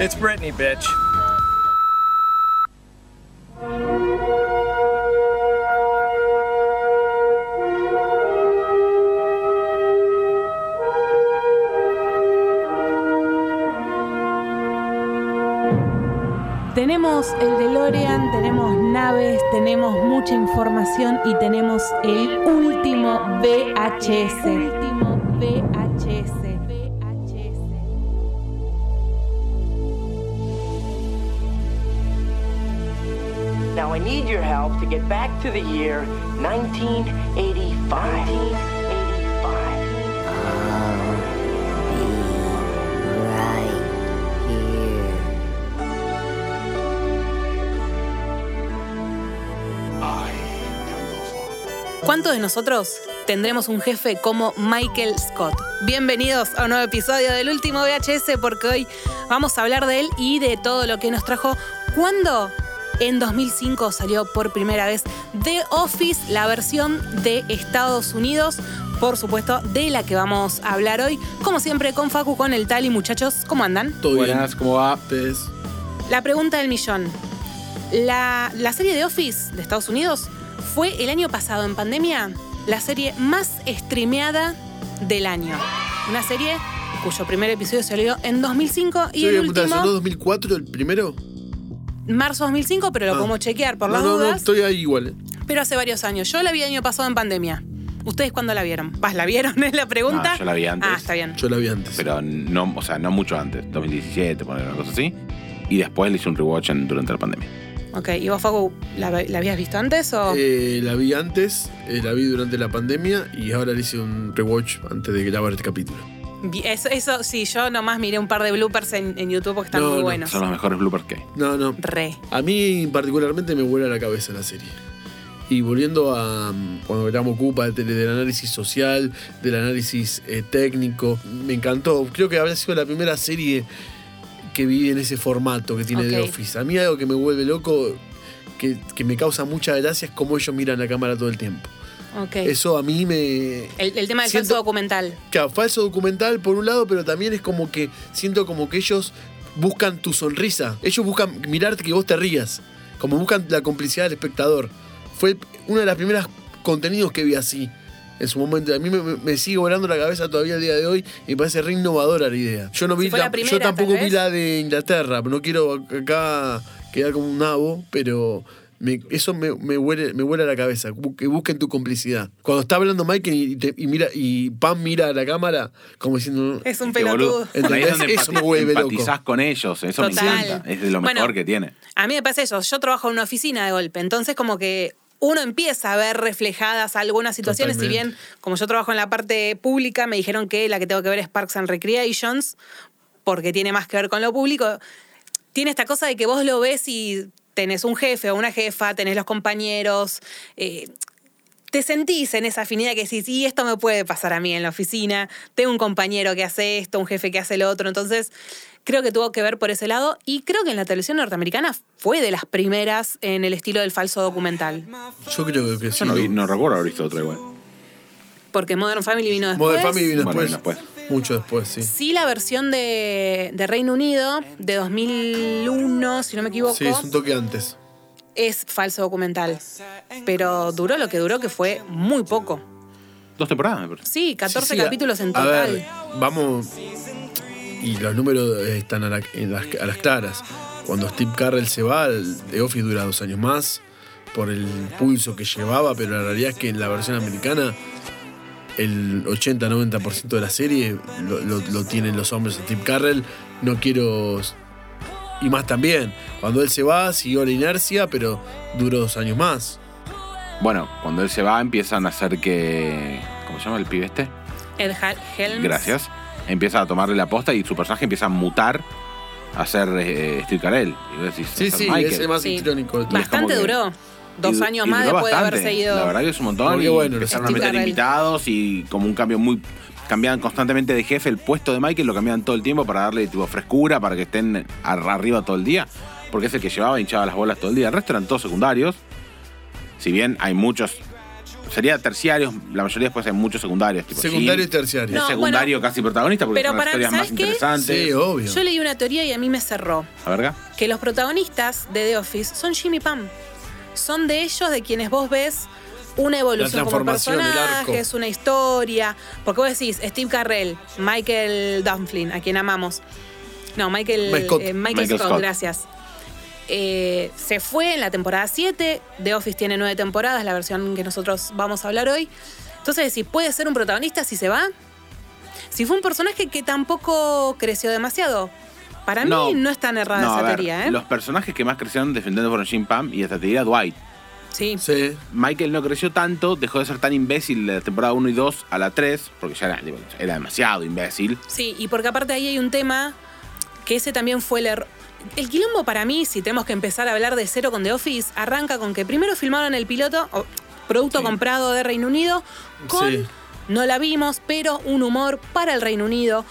It's Britney, bitch. Tenemos el DeLorean, tenemos naves, tenemos mucha información y tenemos el último VHS. Último VHS. Now I need your help to get back to the year 1985. 1985. ¿Cuántos de nosotros tendremos un jefe como Michael Scott? Bienvenidos a un nuevo episodio del último VHS porque hoy vamos a hablar de él y de todo lo que nos trajo. ¿Cuándo? En 2005 salió por primera vez The Office, la versión de Estados Unidos, por supuesto, de la que vamos a hablar hoy. Como siempre, con Facu, con el tal y muchachos, ¿cómo andan? Todo Buenas, ¿cómo va? Pes. La pregunta del millón. La, la serie de Office de Estados Unidos fue el año pasado, en pandemia, la serie más streameada del año. Una serie cuyo primer episodio salió en 2005 y Yo el voy a apuntar, ¿salió último, 2004 el primero? marzo 2005, pero lo Ah. podemos chequear por no, las no, no, dudas. estoy ahí igual. eh. Pero hace varios años. Yo la vi el año pasado en pandemia. ¿Ustedes cuándo la vieron? ¿Vas, la vieron? Es la pregunta. No, yo la vi antes. Ah, está bien. Yo la vi antes. Pero no, o sea, no mucho antes, 2017, poner una cosa así. Y después le hice un rewatch en- durante la pandemia. Ok, ¿y vos, Facu, la, la habías visto antes o...? Eh, la vi antes, eh, la vi durante la pandemia y ahora le hice un rewatch antes de grabar este capítulo. Vi- Eso, eso sí, yo nomás miré un par de bloopers en, en YouTube porque están No, muy no, buenos. Son los mejores bloopers que hay. No, no. Re. A mí particularmente me vuela la cabeza la serie. Y volviendo a mm, cuando hablamos Cupa del, del análisis social, del análisis eh, técnico, me encantó. Creo que habrá sido la primera serie que vi en ese formato que tiene The Ok. Office. A mí algo que me vuelve loco, que, que me causa mucha gracia, es cómo ellos miran la cámara todo el tiempo. Ok. Eso a mí me... el, el tema del Siento- falso documental. Claro, falso documental por un lado, pero también es como que siento como que ellos buscan tu sonrisa. Ellos buscan mirarte que vos te rías. Como buscan la complicidad del espectador. Fue una de las primeras contenidos que vi así en su momento. A mí me, me- me sigue volando la cabeza todavía el día de hoy y me parece re innovadora la idea. Yo no vi Si fue la primera, yo tampoco tal vi vez. la de Inglaterra. No quiero acá quedar como un nabo, pero me- eso me, me, huele, me huele a la cabeza. Bu- Que busquen tu complicidad. Cuando está hablando Michael y, te- y mira, y Pam mira a la cámara como diciendo. Es un Qué pelotudo. boludo. Ahí es donde Eso me empati- vuelve loco. empatizás con ellos, eso me Total. encanta. Es de lo Bueno. mejor que tiene. A mí me pasa eso, yo trabajo en una oficina de golpe, entonces como que uno empieza a ver reflejadas algunas situaciones, si Totalmente. bien como yo trabajo en la parte pública, me dijeron que la que tengo que ver es Parks and Recreations, porque tiene más que ver con lo público, tiene esta cosa de que vos lo ves y tenés un jefe o una jefa, tenés los compañeros, eh, te sentís en esa afinidad que decís, y esto me puede pasar a mí en la oficina, tengo un compañero que hace esto, un jefe que hace lo otro, entonces creo que tuvo que ver por ese lado y creo que en la televisión norteamericana fue de las primeras en el estilo del falso documental, Yo creo que sí. Yo no, vi- no recuerdo haber visto otra igual. porque Modern Family vino después. Modern Family vino Bueno, después. vino Mucho después, sí. Sí, la versión de, de Reino Unido de 2001, si no me equivoco. Sí, es un toque antes. es falso documental. Pero duró lo que duró, que fue muy poco. Dos temporadas, me parece. Sí, 14 Sí, sí, a- capítulos en a total. ver, vamos. Y los números están a, la- en las, a las claras. Cuando Steve Carrell se va, el The Office dura dos años más por el pulso que llevaba, pero la realidad es que en la versión americana el 80-90% de la serie lo, lo- lo tienen los hombres. Steve Carrell, no quiero... Y más también, cuando él se va, siguió la inercia, pero duró dos años más. Bueno, cuando él se va, empiezan a hacer que. ¿Cómo se llama el pibe este? Ed Hel- Helms. Gracias. Empieza a tomarle la posta y su personaje empieza a mutar a ser eh, Steve Carell. Y vos decís, Sí, "Ser sí, Michael". es el más Sí. intrónico de todos. Bastante Es como que- duró. Dos Y- años y más duró después de haber bastante. La seguido. verdad que es un montón. Porque Y bueno, empezaron a Steve meter Carell. invitados y como un cambio muy. Cambiaban constantemente de jefe el puesto de Michael, lo cambiaban todo el tiempo para darle tipo frescura, para que estén ar- arriba todo el día. Porque es el que llevaba hinchaba las bolas todo el día. El resto eran todos secundarios. Si bien hay muchos sería terciarios, la mayoría después hay muchos secundarios. Tipo Secundario Jim, y terciario. el No, secundario bueno. casi protagonista porque Pero son las para- historias más ¿sabes qué? interesantes. Sí, obvio. Yo leí una teoría y a mí me cerró. A ver, acá. que los protagonistas de The Office son Jimmy Pam. Son de ellos de quienes vos ves una evolución La como transformación, el arco. personajes, una historia. Porque vos decís, Steve Carrell, Michael Dunflin, a quien amamos. No, Michael, Mike Scott. eh, Michael Michael Scott, Scott. gracias. Eh, se fue en la temporada 7. The Office tiene nueve temporadas, la versión que nosotros vamos a hablar hoy. Entonces, si puede ser un protagonista si se va. Si fue un personaje que tampoco creció demasiado. Para mí no es tan errada no, a esa ver, teoría, ¿eh? Los personajes que más crecieron defendiendo fueron Jim Pam y hasta te diría Dwight. Sí. Sí. Michael no creció tanto, dejó de ser tan imbécil de la temporada 1 y 2 a la 3, porque ya era, digo, era demasiado imbécil. Sí, y porque aparte ahí hay un tema que ese también fue el error. El quilombo para mí, si tenemos que empezar a hablar de cero con The Office, arranca con que primero filmaron el piloto, o producto comprado de Reino Unido, con, Sí. no la vimos, pero un humor para el Reino Unido.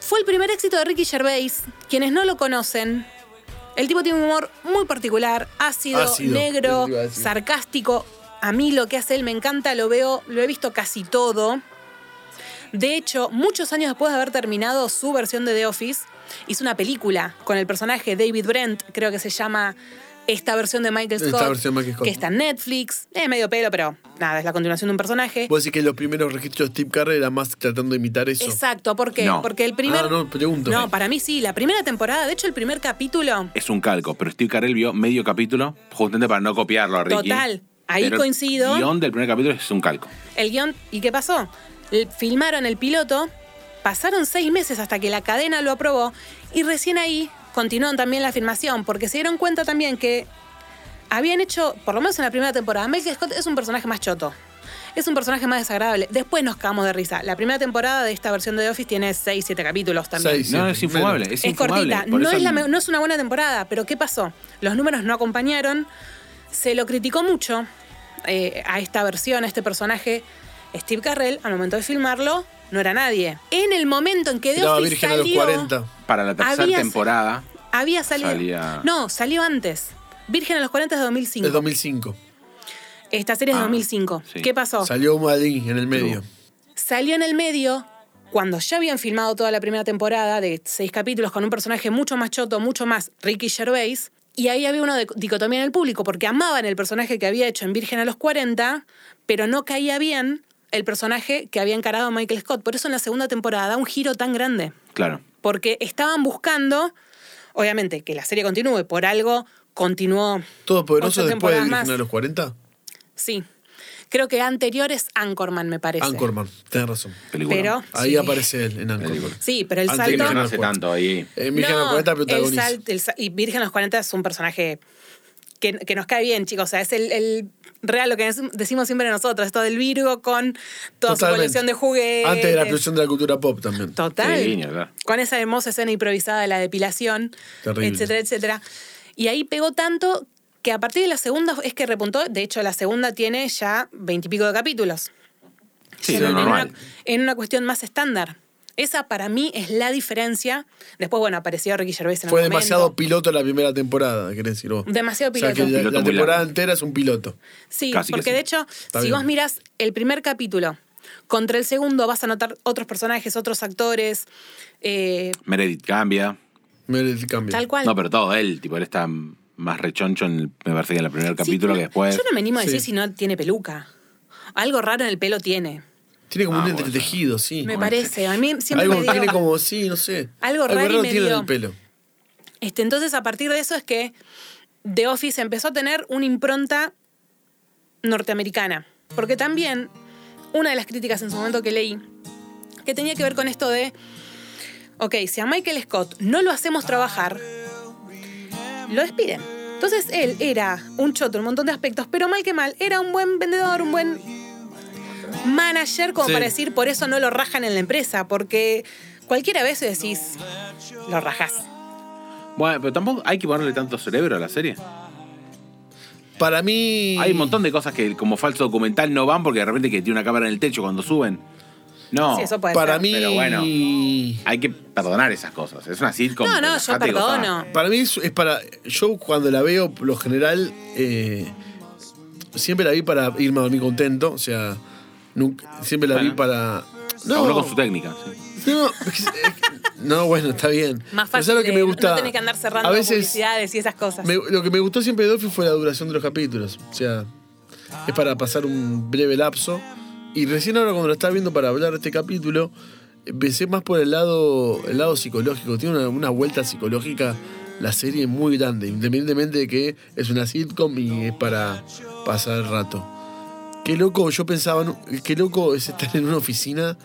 Fue el primer éxito de Ricky Gervais. Quienes no lo conocen, el tipo tiene un humor muy particular, ácido, Ácido, negro, eso iba a decir. sarcástico. A mí lo que hace él me encanta, lo veo, lo he visto casi todo. De hecho, muchos años después de haber terminado su versión de The Office, hizo una película con el personaje David Brent, creo que se llama esta versión de Michael Esta Scott, versión de Michael Scott. que está en Netflix, es medio pelo, pero nada, es la continuación de un personaje. Vos decís que los primeros registros de Steve Carrell era más tratando de imitar eso. Exacto, ¿por qué? No. Porque el primer... Ah, no, pregunto. No, para mí sí, la primera temporada, de hecho el primer capítulo, Es un calco, pero Steve Carell vio medio capítulo justamente para no copiarlo a Ricky. Total, ahí Pero coincido. El guión del primer capítulo es un calco. el guión, ¿y qué pasó? L- Filmaron el piloto, pasaron seis meses hasta que la cadena lo aprobó y recién ahí continuaron también la filmación porque se dieron cuenta también que habían hecho, por lo menos en la primera temporada, Michael Scott es un personaje más choto. Es un personaje más desagradable. Después nos cagamos de risa. La primera temporada de esta versión de The Office tiene seis, siete capítulos también. Seis. Sí, no, sí, es infumable. menos. Es, Es infumable. cortita, por no eso es, la me- no es una buena temporada, pero ¿qué pasó? Los números no acompañaron, se lo criticó mucho eh, a esta versión, a este personaje. Steve Carrell, al momento de filmarlo, no era nadie. En el momento en que The Estaba Office virgen a salió, los 40. Para la tercera Había- temporada, había salido. Salía- No, salió antes. Virgen a los 40 es de 2005. Es 2005. Esta serie es de Ah, 2005. sí. ¿Qué pasó? Salió Madín en el medio. Salió en el medio, cuando ya habían filmado toda la primera temporada de seis capítulos con un personaje mucho más choto, mucho más Ricky Gervais, y ahí había una de- dicotomía en el público, porque amaban el personaje que había hecho en Virgen a los 40, pero no caía bien el personaje que había encarado Michael Scott. Por eso en la segunda temporada da un giro tan grande, claro. porque estaban buscando, obviamente, que la serie continúe, por algo continuó. Todopoderoso ocho después de temporadas Virgen más. a los 40. Sí. Creo que anterior es Anchorman, me parece. Anchorman, tenés razón. Película. Pero- Ahí Sí. aparece él en Anchorman. Sí, pero el Antes Sí, salto... de pero Virgen no a los hace 40. tanto ahí. En Virgen a los No, 40 el protagoniza. sal- el sa- y Virgen a los 40 es un personaje que, que nos cae bien, chicos. O sea, es el, el real lo que es- decimos siempre nosotros, esto del Virgo con toda su Totalmente. colección de juguetes. Antes de la explosión de la cultura pop también. Total. Sí, ni hablar. con esa hermosa escena improvisada de la depilación, Terrible. etcétera, etcétera. Y ahí pegó tanto que a partir de la segunda es que repuntó. De hecho, la segunda tiene ya veintipico de capítulos. Sí, En- lo en, normal. una, en una cuestión más estándar. Esa para mí es la diferencia. Después, bueno, apareció Ricky Gervais en Fue algún demasiado momento. piloto la primera temporada, querés decir vos. Demasiado O sea, piloto. que la- Piloto la, muy temporada largo. entera es un piloto. Sí, Casi que porque sí. de hecho, si bien. vos mirás el primer capítulo contra el segundo, vas a notar otros personajes, otros actores, eh, Meredith cambia. Meredith cambia. tal cual. No, pero todo él, tipo, él está más rechoncho, en el- me parece que en el primer Sí, pero capítulo que después. Yo no me animo a decir Sí. si no tiene peluca. Algo raro en el pelo tiene. Tiene como Ah, un bueno. entretejido, sí. Me parece. A mí siempre Algo me digo, tiene como, sí, no sé. Algo raro y tiene medio- en el pelo. Este, entonces, a partir de eso es que The Office empezó a tener una impronta norteamericana. Porque también, una de las críticas en su momento que leí, que tenía que ver con esto de, ok, si a Michael Scott no lo hacemos trabajar, lo despiden. Entonces él era un choto en un montón de aspectos, pero mal que mal, era un buen vendedor, un buen manager, como Sí. para decir, por eso no lo rajan en la empresa, porque cualquiera vez decís, lo rajas. Bueno, pero tampoco hay que ponerle tanto cerebro a la serie. Para mí. Hay un montón de cosas que como falso documental no van porque de repente que tiene una cámara en el techo cuando suben. No. Sí, eso puede Para ser. mí. Pero bueno. Hay que perdonar esas cosas. Es una sitcom. No, no, yo relajate y gozá. perdono. Para mí es, es para. Yo cuando la veo, por lo general. eh, siempre la vi para irme a dormir contento, o sea, nunca, siempre la vi Bueno. para... No, no, Habló con su técnica. sí. es- es- no, bueno, está bien. Más Pero ¿sabes fácil. lo que me de- gusta. No tenés que andar cerrando a veces publicidades y esas cosas. me- lo que me gustó siempre de Dofi fue la duración de los capítulos. O sea, es para pasar un breve lapso. Y recién ahora cuando lo estaba viendo para hablar de este capítulo, empecé más por el lado, el lado psicológico. Tiene una, una vuelta psicológica la serie muy grande, independientemente de que es una sitcom y es para pasar el rato. Qué loco, yo pensaba, ¿no? qué loco es estar en una oficina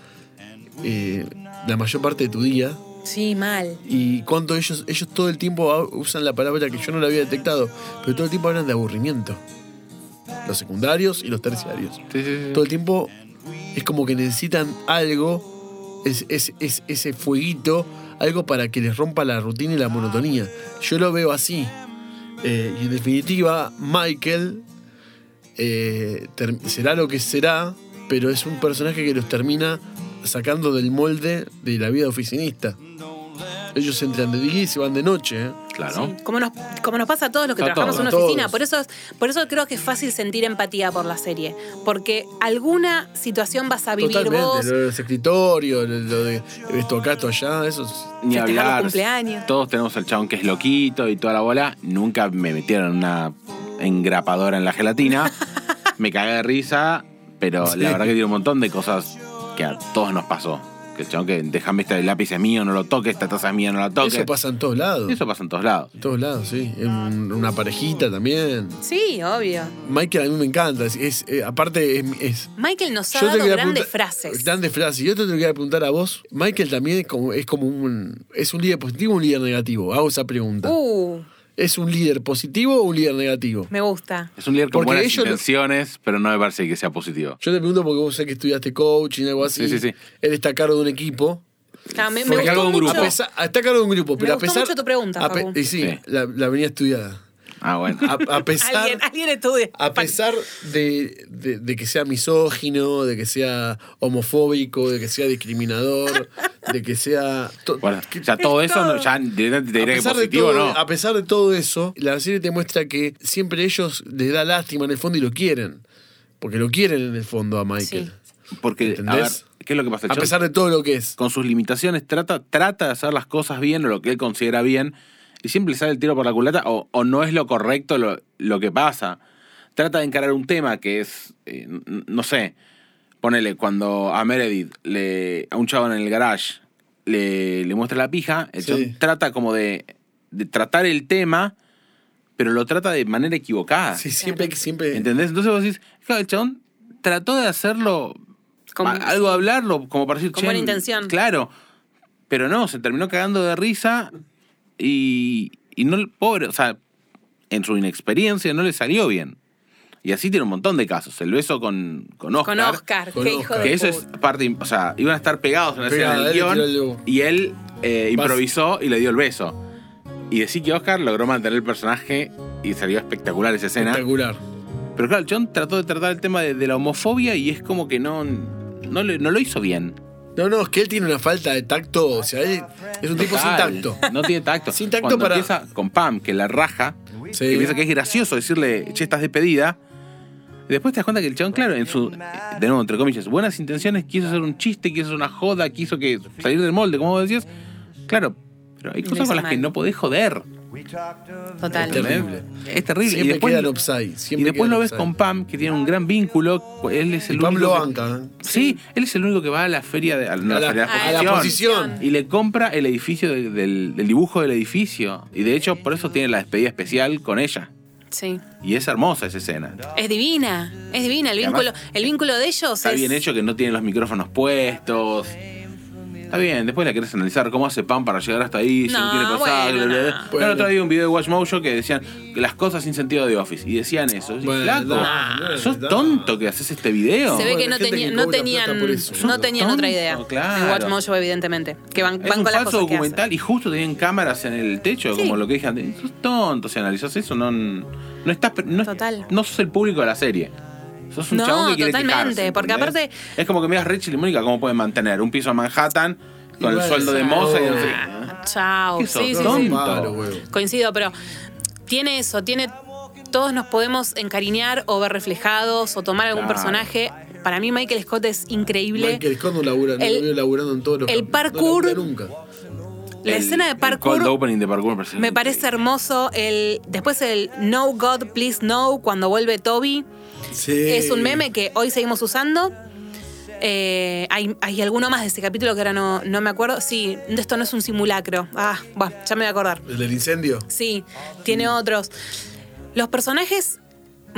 eh, la mayor parte de tu día Sí, mal. y cuánto ellos, ellos todo el tiempo ha- usan la palabra que yo no la había detectado, pero todo el tiempo hablan de aburrimiento. Los secundarios y los terciarios. Sí, sí, sí. Todo el tiempo es como que necesitan algo, es, es- es- ese fueguito, algo para que les rompa la rutina y la monotonía. Yo lo veo así. Eh, y en definitiva, Michael eh, ter- será lo que será, pero es un personaje que los termina sacando del molde de la vida oficinista. Ellos entran de día y se van de noche. ¿eh? Claro. Sí, Como nos, como nos pasa a todos los que A trabajamos todos, en a una oficina. todos. Por eso, por eso creo que es fácil sentir empatía por la serie. Porque alguna situación vas a vivir Totalmente, vos. lo de los escritorios, lo- lo de esto acá, esto allá, eso es- Ni Festejar los hablar. cumpleaños. Todos tenemos el chabón que es loquito y toda la bola. Nunca me metieron una engrapadora en la gelatina. me cagué de risa, pero Sí. la verdad que tiene un montón de cosas que a todos nos pasó. Que el chabón que déjame este lápiz es mío, no lo toques, esta taza es mía, no la toques. Eso pasa en todos lados. Eso pasa en todos lados. En todos lados, sí. En un- una parejita también. Sí, obvio. Michael a mí me encanta. Es, es- eh, aparte, es. es- Michael nos ha yo te dado quería grandes preguntar- frases. Grandes frases. Yo te lo quería preguntar a vos. Michael también es como, es como un. ¿Es un líder positivo o un líder negativo? Hago esa pregunta. Uh, ¿Es un líder positivo o un líder negativo? me gusta. Es un líder con Porque buenas ellos lo- intenciones, pero no me parece que sea positivo. Yo te pregunto porque vos sé que estudiaste coaching o algo así. Sí, sí, sí. Él está a cargo de un equipo. Ah, me, me Porque gustó algo de un mucho. grupo. A pesar- está a cargo de un grupo, pero a gustó pesar. mucho tu pregunta, a pe- Facu. y sí, Sí. La, la venía estudiada. Ah, bueno. A, a pesar. Alguien, alguien estudia. A pesar de, de- de que sea misógino, de que sea homofóbico, de que sea discriminador, de que sea. to- Bueno, que- ya todo es eso, no- todo. ya directamente te a diré que pesar de positivo todo- no. A pesar de todo eso, la serie te muestra que siempre ellos les da lástima en el fondo y lo quieren. Porque lo quieren en el fondo a Michael. Porque, a ver, ¿Entendés? ¿qué es lo que pasa? El A chabón- pesar de todo lo que es. con sus limitaciones, trata, trata de hacer las cosas bien o lo que él considera bien, y siempre le sale el tiro por la culata o, o no es lo correcto lo, lo que pasa. Trata de encarar un tema que es, eh, n- n- no sé, ponele, cuando a Meredith, le, a un chabón en el garage, le, le muestra la pija, el Sí. chabón trata como de, de tratar el tema, pero lo trata de manera equivocada. Sí, siempre, siempre. ¿Entendés? Entonces vos decís, claro, el chabón trató de hacerlo, Como- a- algo de hablarlo, como para decir, Con "Che, buena intención". Claro, pero no, se terminó cagando de risa y, y no, pobre, o sea, en su inexperiencia no le salió bien. Y así tiene un montón de casos. El beso con, con Oscar. Con Oscar, Con qué Oscar. hijo de Que eso es puta. parte, o sea, iban a estar pegados en la escena Pegado, del él le tiró guión el- y él eh, Pas- improvisó y le dio el beso. Y decir que Oscar logró mantener el personaje y salió espectacular esa escena. Espectacular. Pero claro, John trató de tratar el tema de, de la homofobia y es como que no, no, le- no lo hizo bien. No, no, es que él tiene una falta de tacto. O sea, él es un tipo sin Total, tacto. No tiene tacto. Sin tacto Cuando para- empieza con Pam, que la raja, Sí. que piensa que es gracioso decirle, che, estás despedida. Después te das cuenta que el chabón, claro, en su, de nuevo, entre comillas, buenas intenciones, quiso hacer un chiste, quiso hacer una joda, quiso que salir del molde, como vos decías. Claro, pero hay lo cosas hizo con las que mal. no podés joder. Total. Terrible. ¿entendés? Es terrible. Siempre y después, quedan offside, siempre y después quedan lo ves offside. con Pam, que tiene un gran vínculo. pues Él es el Y Pam único lo que- banca. ¿eh? Sí, él es el único que va a la feria de, a la, A la, feria de a la exposición. posición. Y le compra el edificio de- del, del dibujo del edificio. Y de hecho, por eso tiene la despedida especial con ella. Sí. Y es hermosa esa escena. Es divina, es divina. El Y además- vínculo, el vínculo de ellos Está es. bien hecho que no tiene los micrófonos puestos. Está bien, después la querés analizar cómo hace Pan para llegar hasta ahí, si no No, quiere pasar, bueno, bla, bla, bla. no. Yo el otro día vi un video de Watch Mojo que decían las cosas sin sentido de Office. Y decían eso. Y, Bueno, flaco, no, ¿sos no. tonto que haces este video? Se ve que la no, gente tenía- que no cobra plata tenían, por eso, no ¿no? tenían Tonto, otra idea. claro. En Watchmojo, evidentemente. Que van, Es van un con las falso cosas que hacen. documental y justo tenían cámaras en el techo, Sí. como lo que dije antes. Sos tonto si analizás eso, no, no estás no, Total. no sos el público de la serie. Sos un No, chabón que quiere totalmente, quejarse, porque ¿entendés? aparte- es como que miras Rachel y Mónica cómo pueden mantener un piso en Manhattan Y con el bueno, sueldo de sí. Moza y no Oh. sé qué. Ah, Chao. ¿Qué sos, Sí, sí, No, sí. tonto? paro, huevo. Coincido, pero tiene eso, tiene todos nos podemos encariñar o ver reflejados o tomar algún Claro. personaje. Para mí Michael Scott es increíble. Michael Scott no labura, no El- lo veo laburando en todos los el campos, parkour- No labura nunca. la El- escena de el cold parkour opening de parkour me parece, me parece hermoso. El, después el No God, Please No, cuando vuelve Toby. Sí. Es un meme que hoy seguimos usando. Eh, hay, hay alguno más de ese capítulo que ahora no, no me acuerdo. Sí, de esto no es un simulacro. Ah, bueno, ya me voy a acordar. ¿El del incendio? Sí, tiene otros. Los personajes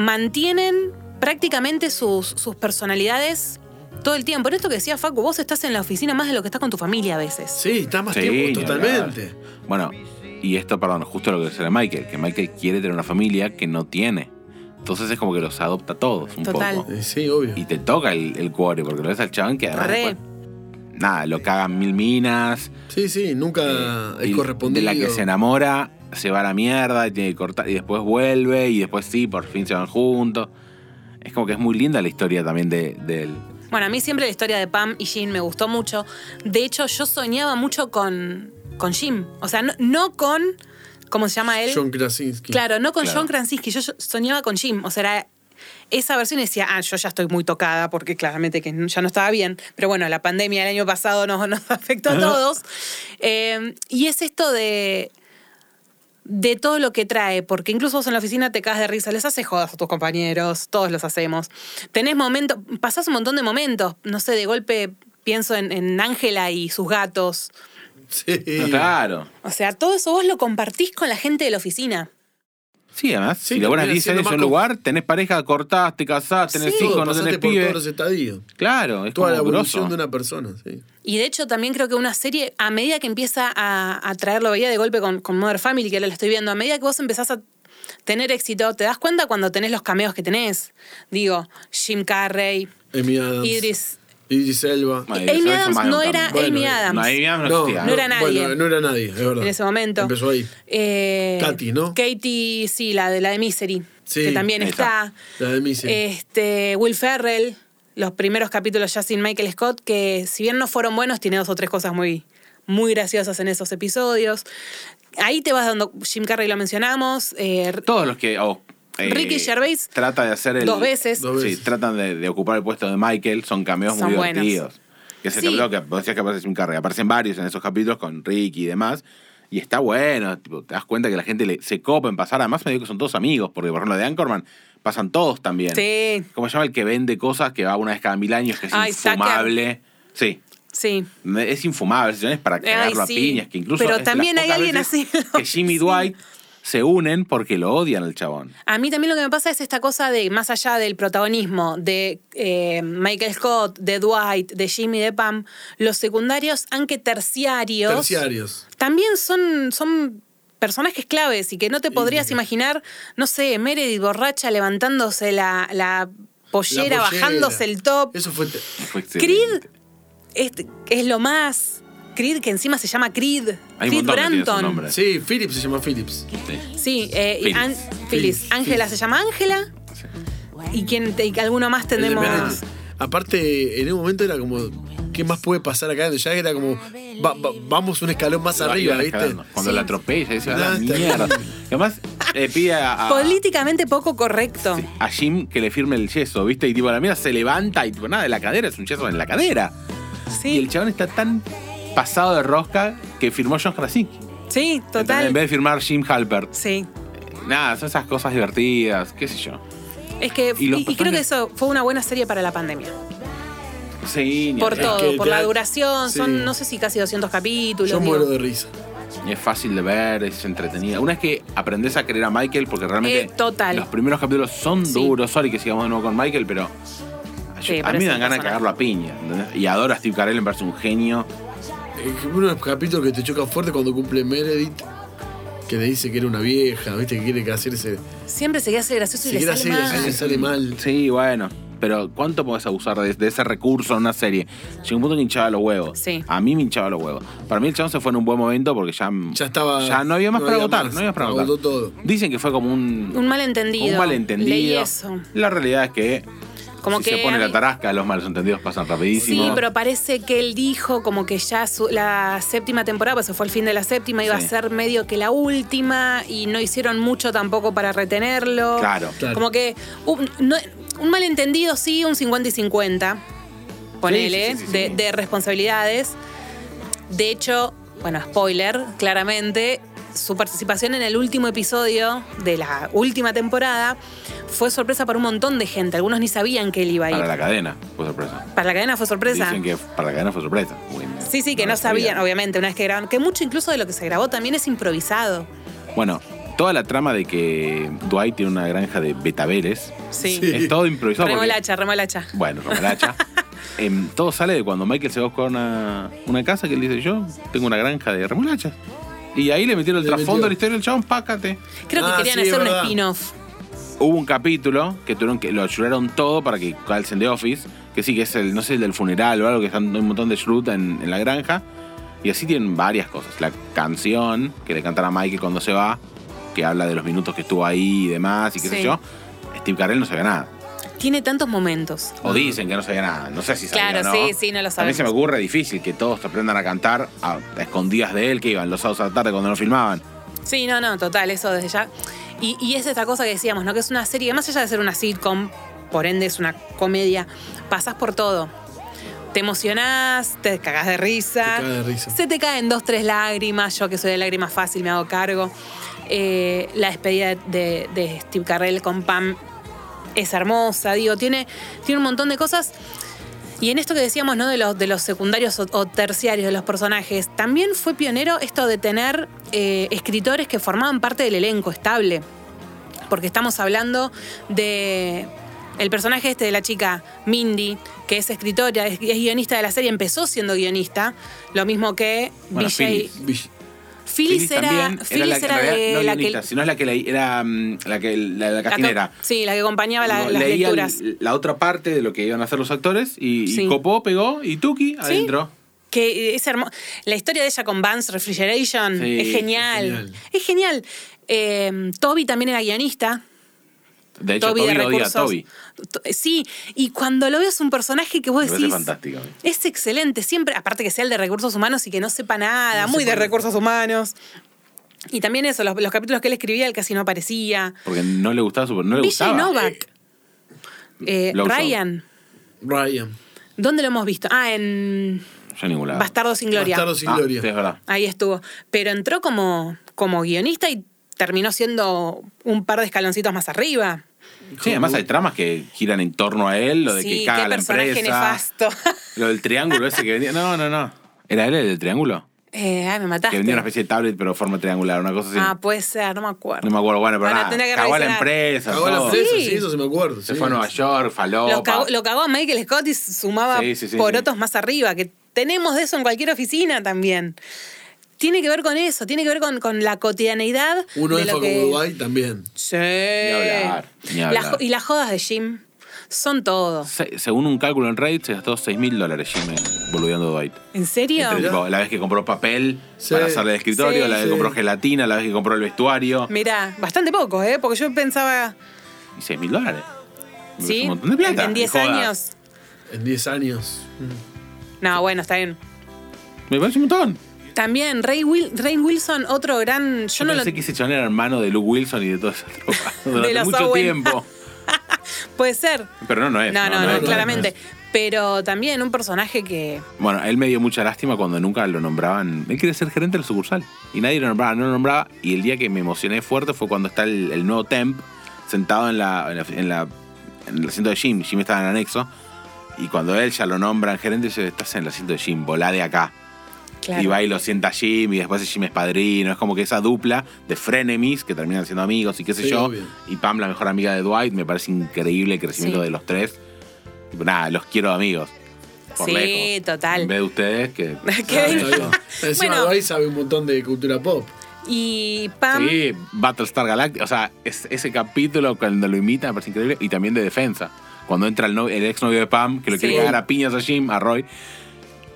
mantienen prácticamente sus, sus personalidades todo el tiempo. Por esto que decía Facu, vos estás en la oficina más de lo que estás con tu familia a veces. Sí, está más Sí, tiempo, ni totalmente. hablar. Bueno, y esto, perdón, justo lo que decía Michael, que Michael quiere tener una familia que no tiene. Entonces es como que los adopta a todos un Total. poco. Eh, Sí, obvio. Y te toca el, el cuore, porque lo ves al chabón que además. Re. después, nada, lo cagan mil minas. Sí, sí, nunca y Ah, es De correspondido. la que se enamora, se va a la mierda y tiene que cortar. Y después vuelve, y después sí, por fin se van juntos. Es como que es muy linda la historia también de, del. Bueno, a mí siempre la historia de Pam y Jim me gustó mucho. De hecho, yo soñaba mucho con, con Jim. O sea, no, no con. ¿Cómo se llama él? John Krasinski. Claro, no con Claro. John Krasinski, yo soñaba con Jim. O sea, era esa versión y decía, ah, yo ya estoy muy tocada porque claramente que ya no estaba bien. Pero bueno, la pandemia del año pasado nos, nos afectó a todos. Eh, y es esto de de todo lo que trae, porque incluso vos en la oficina te caes de risa, les haces jodas a tus compañeros, todos los hacemos. Tenés momentos, pasás un montón de momentos, no sé, de golpe pienso en- en Ángela y sus gatos. Sí. Claro. O sea, todo eso vos lo compartís con la gente de la oficina. Sí, además, Sí, si laburas termina 10 siendo años en más un con- lugar, tenés pareja, cortás, te casás, tenés Todo, hijos, no pasaste tenés por pibe. todos los estadios. Claro, es Toda la como evolución grosso. de una persona, sí. Y de hecho también creo que una serie, a medida que empieza a, a traer, lo veía de golpe con, con Mother Family, que ahora la estoy viendo, a medida que vos empezás a tener éxito, te das cuenta cuando tenés los cameos que tenés. Digo, Jim Carrey, Amy Adams. Idris. Idris Elba. Madre, Amy eso es Adams más no notable. era Bueno, Amy no, Adams. No, Amy Adams no, existía. no era nadie. Bueno, no era nadie, es verdad. En ese momento. Empezó ahí. Eh, Katy, ¿no? Katie, sí, la de la de Misery, Sí, que también esa. está. La de Missy. Este, Will Ferrell, los primeros capítulos ya sin Michael Scott, que si bien no fueron buenos, tiene dos o tres cosas muy, muy graciosas en esos episodios. Ahí te vas dando, Jim Carrey lo mencionamos, eh, Todos los que. oh, Ricky Gervais, Trata de hacer el. dos veces. Dos Sí, veces. tratan de, de ocupar el puesto de Michael. Son cameos Son muy buenos. divertidos. Que es el Sí. capítulo que vos decías que aparece Jim Carrey. Aparecen varios en esos capítulos con Ricky y demás. Y está bueno. tipo, te das cuenta que la gente le- se copa en pasar. Además, me digo que son todos amigos. Porque, por ejemplo, de Anchorman pasan todos también. sí, ¿Cómo se llama el que vende cosas que va una vez cada mil años? Que es Ay, Tucker. infumable. Sí. sí. Es infumable, señores, para cagarlo sí. a piñas, que incluso. Pero es de las también hay pocas alguien veces así, ¿no? Que Jimmy Sí. Dwight se unen porque lo odian al chabón. A mí también lo que me pasa es esta cosa de, más allá del protagonismo de eh, Michael Scott, de Dwight, de Jimmy, de Pam, los secundarios, aunque terciarios, Terciarios. también son, son personajes claves y que no te podrías sí. imaginar, no sé, Meredith borracha levantándose la, la La pollera, pollera. bajándose el top. Eso fue. te- Fue excelente. Creed es, es lo más. Creed, que encima se llama Creed. Hay un Creed montón que tienen esos Branton. nombres. Sí, Phillips se llama Phillips. Sí. Sí, eh, y Phyllis. An- Phyllis. Phyllis. Ángela se llama Ángela. Sí. ¿Y quién te- y alguno más El de tenemos? Meredith. Aparte, en un momento era como. ¿Qué más puede pasar acá? Ya era como. va- va- vamos un escalón más Iban arriba, ¿viste? escalando. Cuando Sí. la atropella, dice, a No, la está mierda. bien. Y Además, le pide a, a, Políticamente poco correcto. a Jim que le firme el yeso, ¿viste? Y tipo, la mierda se levanta y tipo, nada, de la cadera, es un yeso en la cadera. Y Sí, el chabón está tan pasado de rosca que firmó John Krasinski. sí, ¿Entendés? En total. vez de firmar Jim Halpert. Sí. Nada, son esas cosas divertidas, qué sé yo. Es que, Y y, los y creo que personajes- eso fue una buena serie para la pandemia. Sí, ni Por hablar. todo, que por ya- la duración, sí. son no sé si casi 200 capítulos. Yo digo. muero de risa. Y Es fácil de ver, es entretenida. Una es que aprendes a querer a Michael, porque realmente Eh, total. los primeros capítulos son Sí. duros. Sorry que sigamos de nuevo con Michael, pero yo- Sí, a mí parece me un dan ganas de personaje. cagarlo a piña. ¿entendés? Y adoro a Steve Carell, me parece un genio. Eh, Uno de los capítulos que te choca fuerte cuando cumple Meredith, que le dice que era una vieja, ¿viste? Que quiere que hacerse. Siempre se hace gracioso y Si le quiere sale hacer, mal. le sale mal. Sí, bueno. Pero ¿cuánto podés abusar de, de ese recurso en una serie? Llegó un punto que hinchaba los huevos. Sí. A mí me hinchaba los huevos. Para mí el chabón se fue en un buen momento porque ya, Ya estaba- Ya no había más no para había votar. más. No había más para Agotó votar. todo. Dicen que fue como un. Un malentendido. Un malentendido. Leí eso. La realidad es que Como si que se pone a la mí- tarasca, los malos entendidos pasan rapidísimo. Sí, pero parece que él dijo como que ya su- la séptima temporada, pues se fue el fin de la séptima, iba Sí. a ser medio que la última y no hicieron mucho tampoco para retenerlo. Claro. Claro. Como que un, no- un malentendido sí, un 50 y 50, ponele, sí, sí, sí, de, sí. de responsabilidades. De hecho, bueno, spoiler, claramente, su participación en el último episodio de la última temporada fue sorpresa para un montón de gente. Algunos ni sabían que él iba a ir. Para la cadena fue sorpresa. Para la cadena fue sorpresa. Dicen que para la cadena fue sorpresa. Uy, Sí, sí, que no, lo sabían, obviamente, una vez que grabaron. Que mucho incluso de lo que se grabó también es improvisado. Bueno, toda la trama de que Dwight tiene una granja de betabeles Sí. Sí. es todo improvisado. porque- remolacha, remolacha. bueno, remolacha. Em, todo sale de cuando Michael se va a buscar una, una casa que él dice, yo tengo una granja de remolachas. Y ahí le metieron el Le trasfondo metió. a la historia del chabón, pácate. Creo que Ah, querían sí, hacer un verdad. spin-off. Hubo un capítulo que tuvieron que lo ayudaron todo para que calcen de Office, que sí, que es el, no sé, el del funeral o algo, que están un montón de fruta en, en la granja. Y así tienen varias cosas. La canción que le cantan a Michael cuando se va, que habla de los minutos que estuvo ahí y demás, y qué sé Sí. yo. Steve Carell no sabía nada. Tiene tantos momentos. O dicen que no sabía nada. No sé si sabía Mm. Claro, o no. sí, sí, no lo A mí sabemos. se me ocurre difícil que todos te aprendan a cantar a, a escondidas de él, que iban los sábados a la tarde cuando no filmaban. Sí, no, no, total, eso desde ya. Y, y es esta cosa que decíamos, ¿no? Que es una serie, que más allá de ser una sitcom, por ende es una comedia, pasás por todo. Te emocionás, te cagás de risa. Te cagas de risa. Se te caen dos, tres lágrimas. Yo que soy de lágrimas fácil, me hago cargo. Eh, la despedida de, de Steve Carrell con Pam es hermosa, digo, tiene, tiene un montón de cosas. Y en esto que decíamos, ¿no? De los, de los secundarios o, o terciarios de los personajes, también fue pionero esto de tener eh, escritores que formaban parte del elenco estable. Porque estamos hablando de. El personaje este de la chica, Mindy, que es escritora, es, es guionista de la serie, empezó siendo guionista. Lo mismo que Bueno, BJ. Phyllis. Vill- Phyllis Phyllis era, también Phyllis que en era realidad de no la que. guionista, sino es la que leí- era mm, la que la, la la que- castinera. sí, la que acompañaba Ah, la- No, las leía lecturas. l- la otra parte de lo que iban a hacer los actores y, y Sí. copó, pegó y Tuki adentro. Que es hermoso. La historia de ella con Vance Refrigeration Sí, es genial. genial. Es genial. Eh, Toby también era guionista. De hecho, Toby, Toby, de odia a recursos. Toby. To- Sí, y cuando lo ves un personaje que vos Me parece decís. fantástico. Es excelente, siempre, aparte que sea el de recursos humanos y que no sepa nada, muy de sepa nada. recursos humanos. Y también eso, los, los capítulos que él escribía, él casi no aparecía. Porque no le gustaba super, no le BJ gustaba. Novak. Eh, Lowshow. Ryan. Ryan. ¿Dónde lo hemos visto? Ah, en Yo en ningún lado. Bastardo sin Gloria. Bastardo sin Ah, sí, gloria. es verdad. Ahí estuvo. Pero entró como, como guionista y terminó siendo un par de escaloncitos más arriba. Sí, además hay tramas que giran en torno a él, lo de sí, que caga qué la personaje empresa. nefasto. Lo del triángulo ese que venía. No, no, no. ¿Era él el del triángulo? Eh, ay, me mataste. Que venía una especie de tablet, pero forma triangular, una cosa así. Ah, puede ser, no me acuerdo. no me acuerdo, bueno, pero Bueno, nada. tendría que Cagó a la revisar. empresa, Cagó a la todo. presa, Sí. sí, eso se me acuerdo. Ah, Se sí. fue a Nueva York, lo, falopa. cagó, lo cagó a Michael Scott y sumaba Sí, sí, sí, porotos sí. más arriba, que tenemos de eso en cualquier oficina también. Tiene que ver con eso, tiene que ver con, con la cotidianeidad. Uno de de lo como que... Uruguay también. Sí. hablar, ni La hablar. jo- y las jodas de Jim son todo. Se- según un cálculo en Reddit, se gastó 6 mil dólares Jimmy boludeando a Dwight. ¿En serio? Entre, tipo, la vez que compró papel Sí. para hacerle de escritorio, Sí. la vez Sí. que compró gelatina, la vez que compró el vestuario. Mirá, bastante poco, ¿eh? Porque yo pensaba, Y 6 mil dólares. Es ¿sí? Un montón de plata. en ni 10 jodas. años. En 10 años. No, bueno, está bien. Me parece un montón. También Ray, Wil- Ray Wilson, otro gran... Yo, Yo no no lo... pensé que ese chabón era hermano de Luke Wilson y de todo eso. Durante los mucho Owen. tiempo. Puede ser. Pero no, Eh, no es. No, no, no, es. claramente. Pero también un personaje que... Bueno, él me dio mucha lástima cuando nunca lo nombraban. Él quiere ser gerente del sucursal. Y nadie lo nombraba, no lo nombraba. Y el día que me emocioné fuerte fue cuando está el, el nuevo Temp sentado en la, en la- en la- en el asiento de Jim. Jim estaba en el anexo. Y cuando él ya lo nombran gerente, dice, estás en el asiento de Jim, volá de acá. Claro. Y va y lo sienta a Jim y después Jim es padrino. Es como que esa dupla de frenemies que terminan siendo amigos y qué sé Sí, yo. obvio. Y Pam, la mejor amiga de Dwight, me parece increíble el crecimiento Sí. de los tres. Tipo, nada, los quiero de amigos. Por Sí, lejos. total. En vez de ustedes que... Que venga. Está bien. Encima Bueno. Uruguay sabe un montón de cultura pop. Y Pam... Sí, Battlestar Galactica. O sea, es- ese capítulo cuando lo imita me parece increíble. Y también de defensa. Cuando entra el, no- el ex novio de Pam, que lo Sí. quiere cagar a piñas a Jim, a Roy.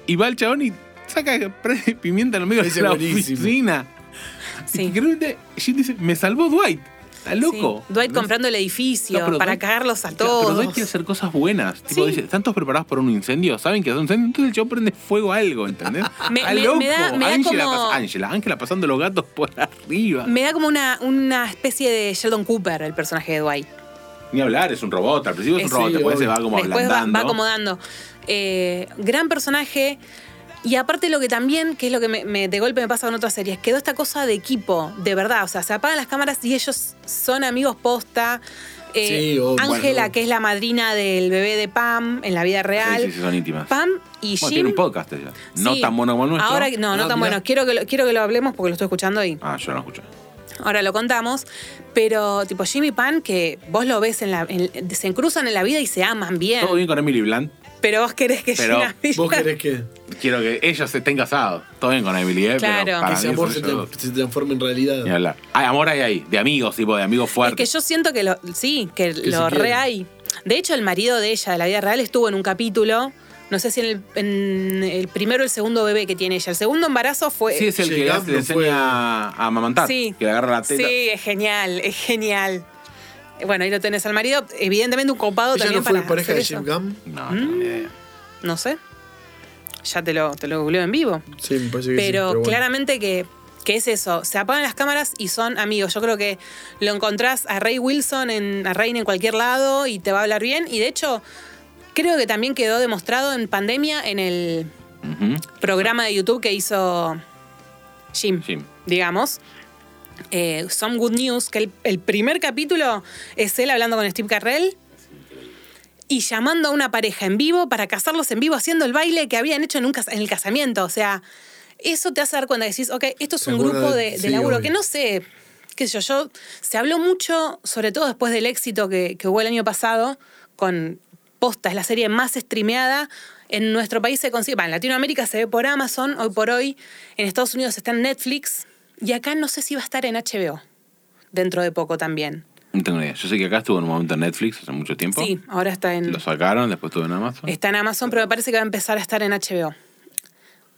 Y va el chabón y saca pre- pimienta en el medio de Ese la buenísimo. oficina. Sí. Y que realmente Jim dice, me salvó Dwight. Está loco. Sí. Dwight ¿Ves? comprando el edificio No, pero para Dwight- cagarlos a Claro, Pero todos. Dwight quiere hacer cosas buenas. Tipo, Sí. dice, ¿están todos preparados por un incendio? ¿Saben que es un incendio? Entonces el chavo prende fuego a algo, ¿entendés? Me- Está me- loco. me da- me da Ángela como- pas- Ángela, Ángela pasando los gatos por arriba. Me da como una, una especie de Sheldon Cooper el personaje de Dwight. Ni hablar, es un robot. Al principio es un Sí, robot, después se obvio. va como Después va, ablandando. va acomodando. Eh, gran personaje. Y aparte lo que también, que es lo que me, me- de golpe me pasa con otras series, quedó esta cosa de equipo, de verdad. O sea, se apagan las cámaras y ellos son amigos posta. Eh, Sí, oh, Ángela, bueno. que es la madrina del bebé de Pam en la vida real. Sí, sí, sí, son íntimas. Pam y Bueno, tiene Jim. un podcast ella. No Sí. tan bueno como el nuestro. Ahora, no, no Ah, tan mirá. bueno. Quiero que, lo, quiero que lo hablemos porque lo estoy escuchando y Ah, yo no escuché. ahora lo contamos. Pero tipo Jimmy Pan, que vos lo ves en la. en- se cruzan en la vida y se aman bien. Todo bien con Emily Blunt. Pero vos querés que Pero Gina Villa- ¿Vos querés que, Quiero que ellos estén casados. Todo bien con Emily, ¿eh? Pero Claro. para ese mí amor son se, ellos dos. tra- se transforme en realidad? Ni hablar. Hay amor ahí, ahí. De amigos, tipo, de amigos Es que fuertes. yo siento que lo, sí, que, se lo quieren. re hay. De hecho, el marido de ella, de la vida real, estuvo en un capítulo, no sé si en el, en el primero o el segundo bebé que tiene ella. El segundo embarazo fue... Sí, es el que le hace- le Llegando fue- enseña a a amamantar. Sí. Que le agarra la teta. Sí, es genial, es genial. Bueno, ahí lo tenés al marido, evidentemente un copado ¿Ella también no fue para pareja hacer de eso. Jim Gum? No, Mm. no, ni idea. No sé. Ya te lo, te lo googleo en vivo. Sí, me parece que sí. Pero bueno. claramente que, que es eso. Se apagan las cámaras y son amigos. Yo creo que lo encontrás a Ray Wilson, en, a Rain en cualquier lado y te va a hablar bien. Y de hecho, creo que también quedó demostrado en pandemia en el Ujú. programa de YouTube que hizo Jim, Jim. digamos. Eh, Some Good News, que el, el primer capítulo es él hablando con Steve Carrell y llamando a una pareja en vivo para casarlos en vivo haciendo el baile que habían hecho en, un cas- en el casamiento. O sea, eso te hace dar cuenta, decís, ok, esto es Se un acuerda grupo de- de, de sí, laburo obvio. que no sé, qué sé yo, yo, se habló mucho, sobre todo después del éxito que, que hubo el año pasado con Posta, es la serie más streameada. En nuestro país se consigue, va, en Latinoamérica se ve por Amazon, hoy por hoy, en Estados Unidos está en Netflix y acá no sé si va a estar en HBO dentro de poco también. No tengo idea. Yo sé que acá estuvo en un momento en Netflix hace mucho tiempo. Sí, ahora está en... Lo sacaron, después estuvo en Amazon. Está en Amazon, pero me parece que va a empezar a estar en HBO.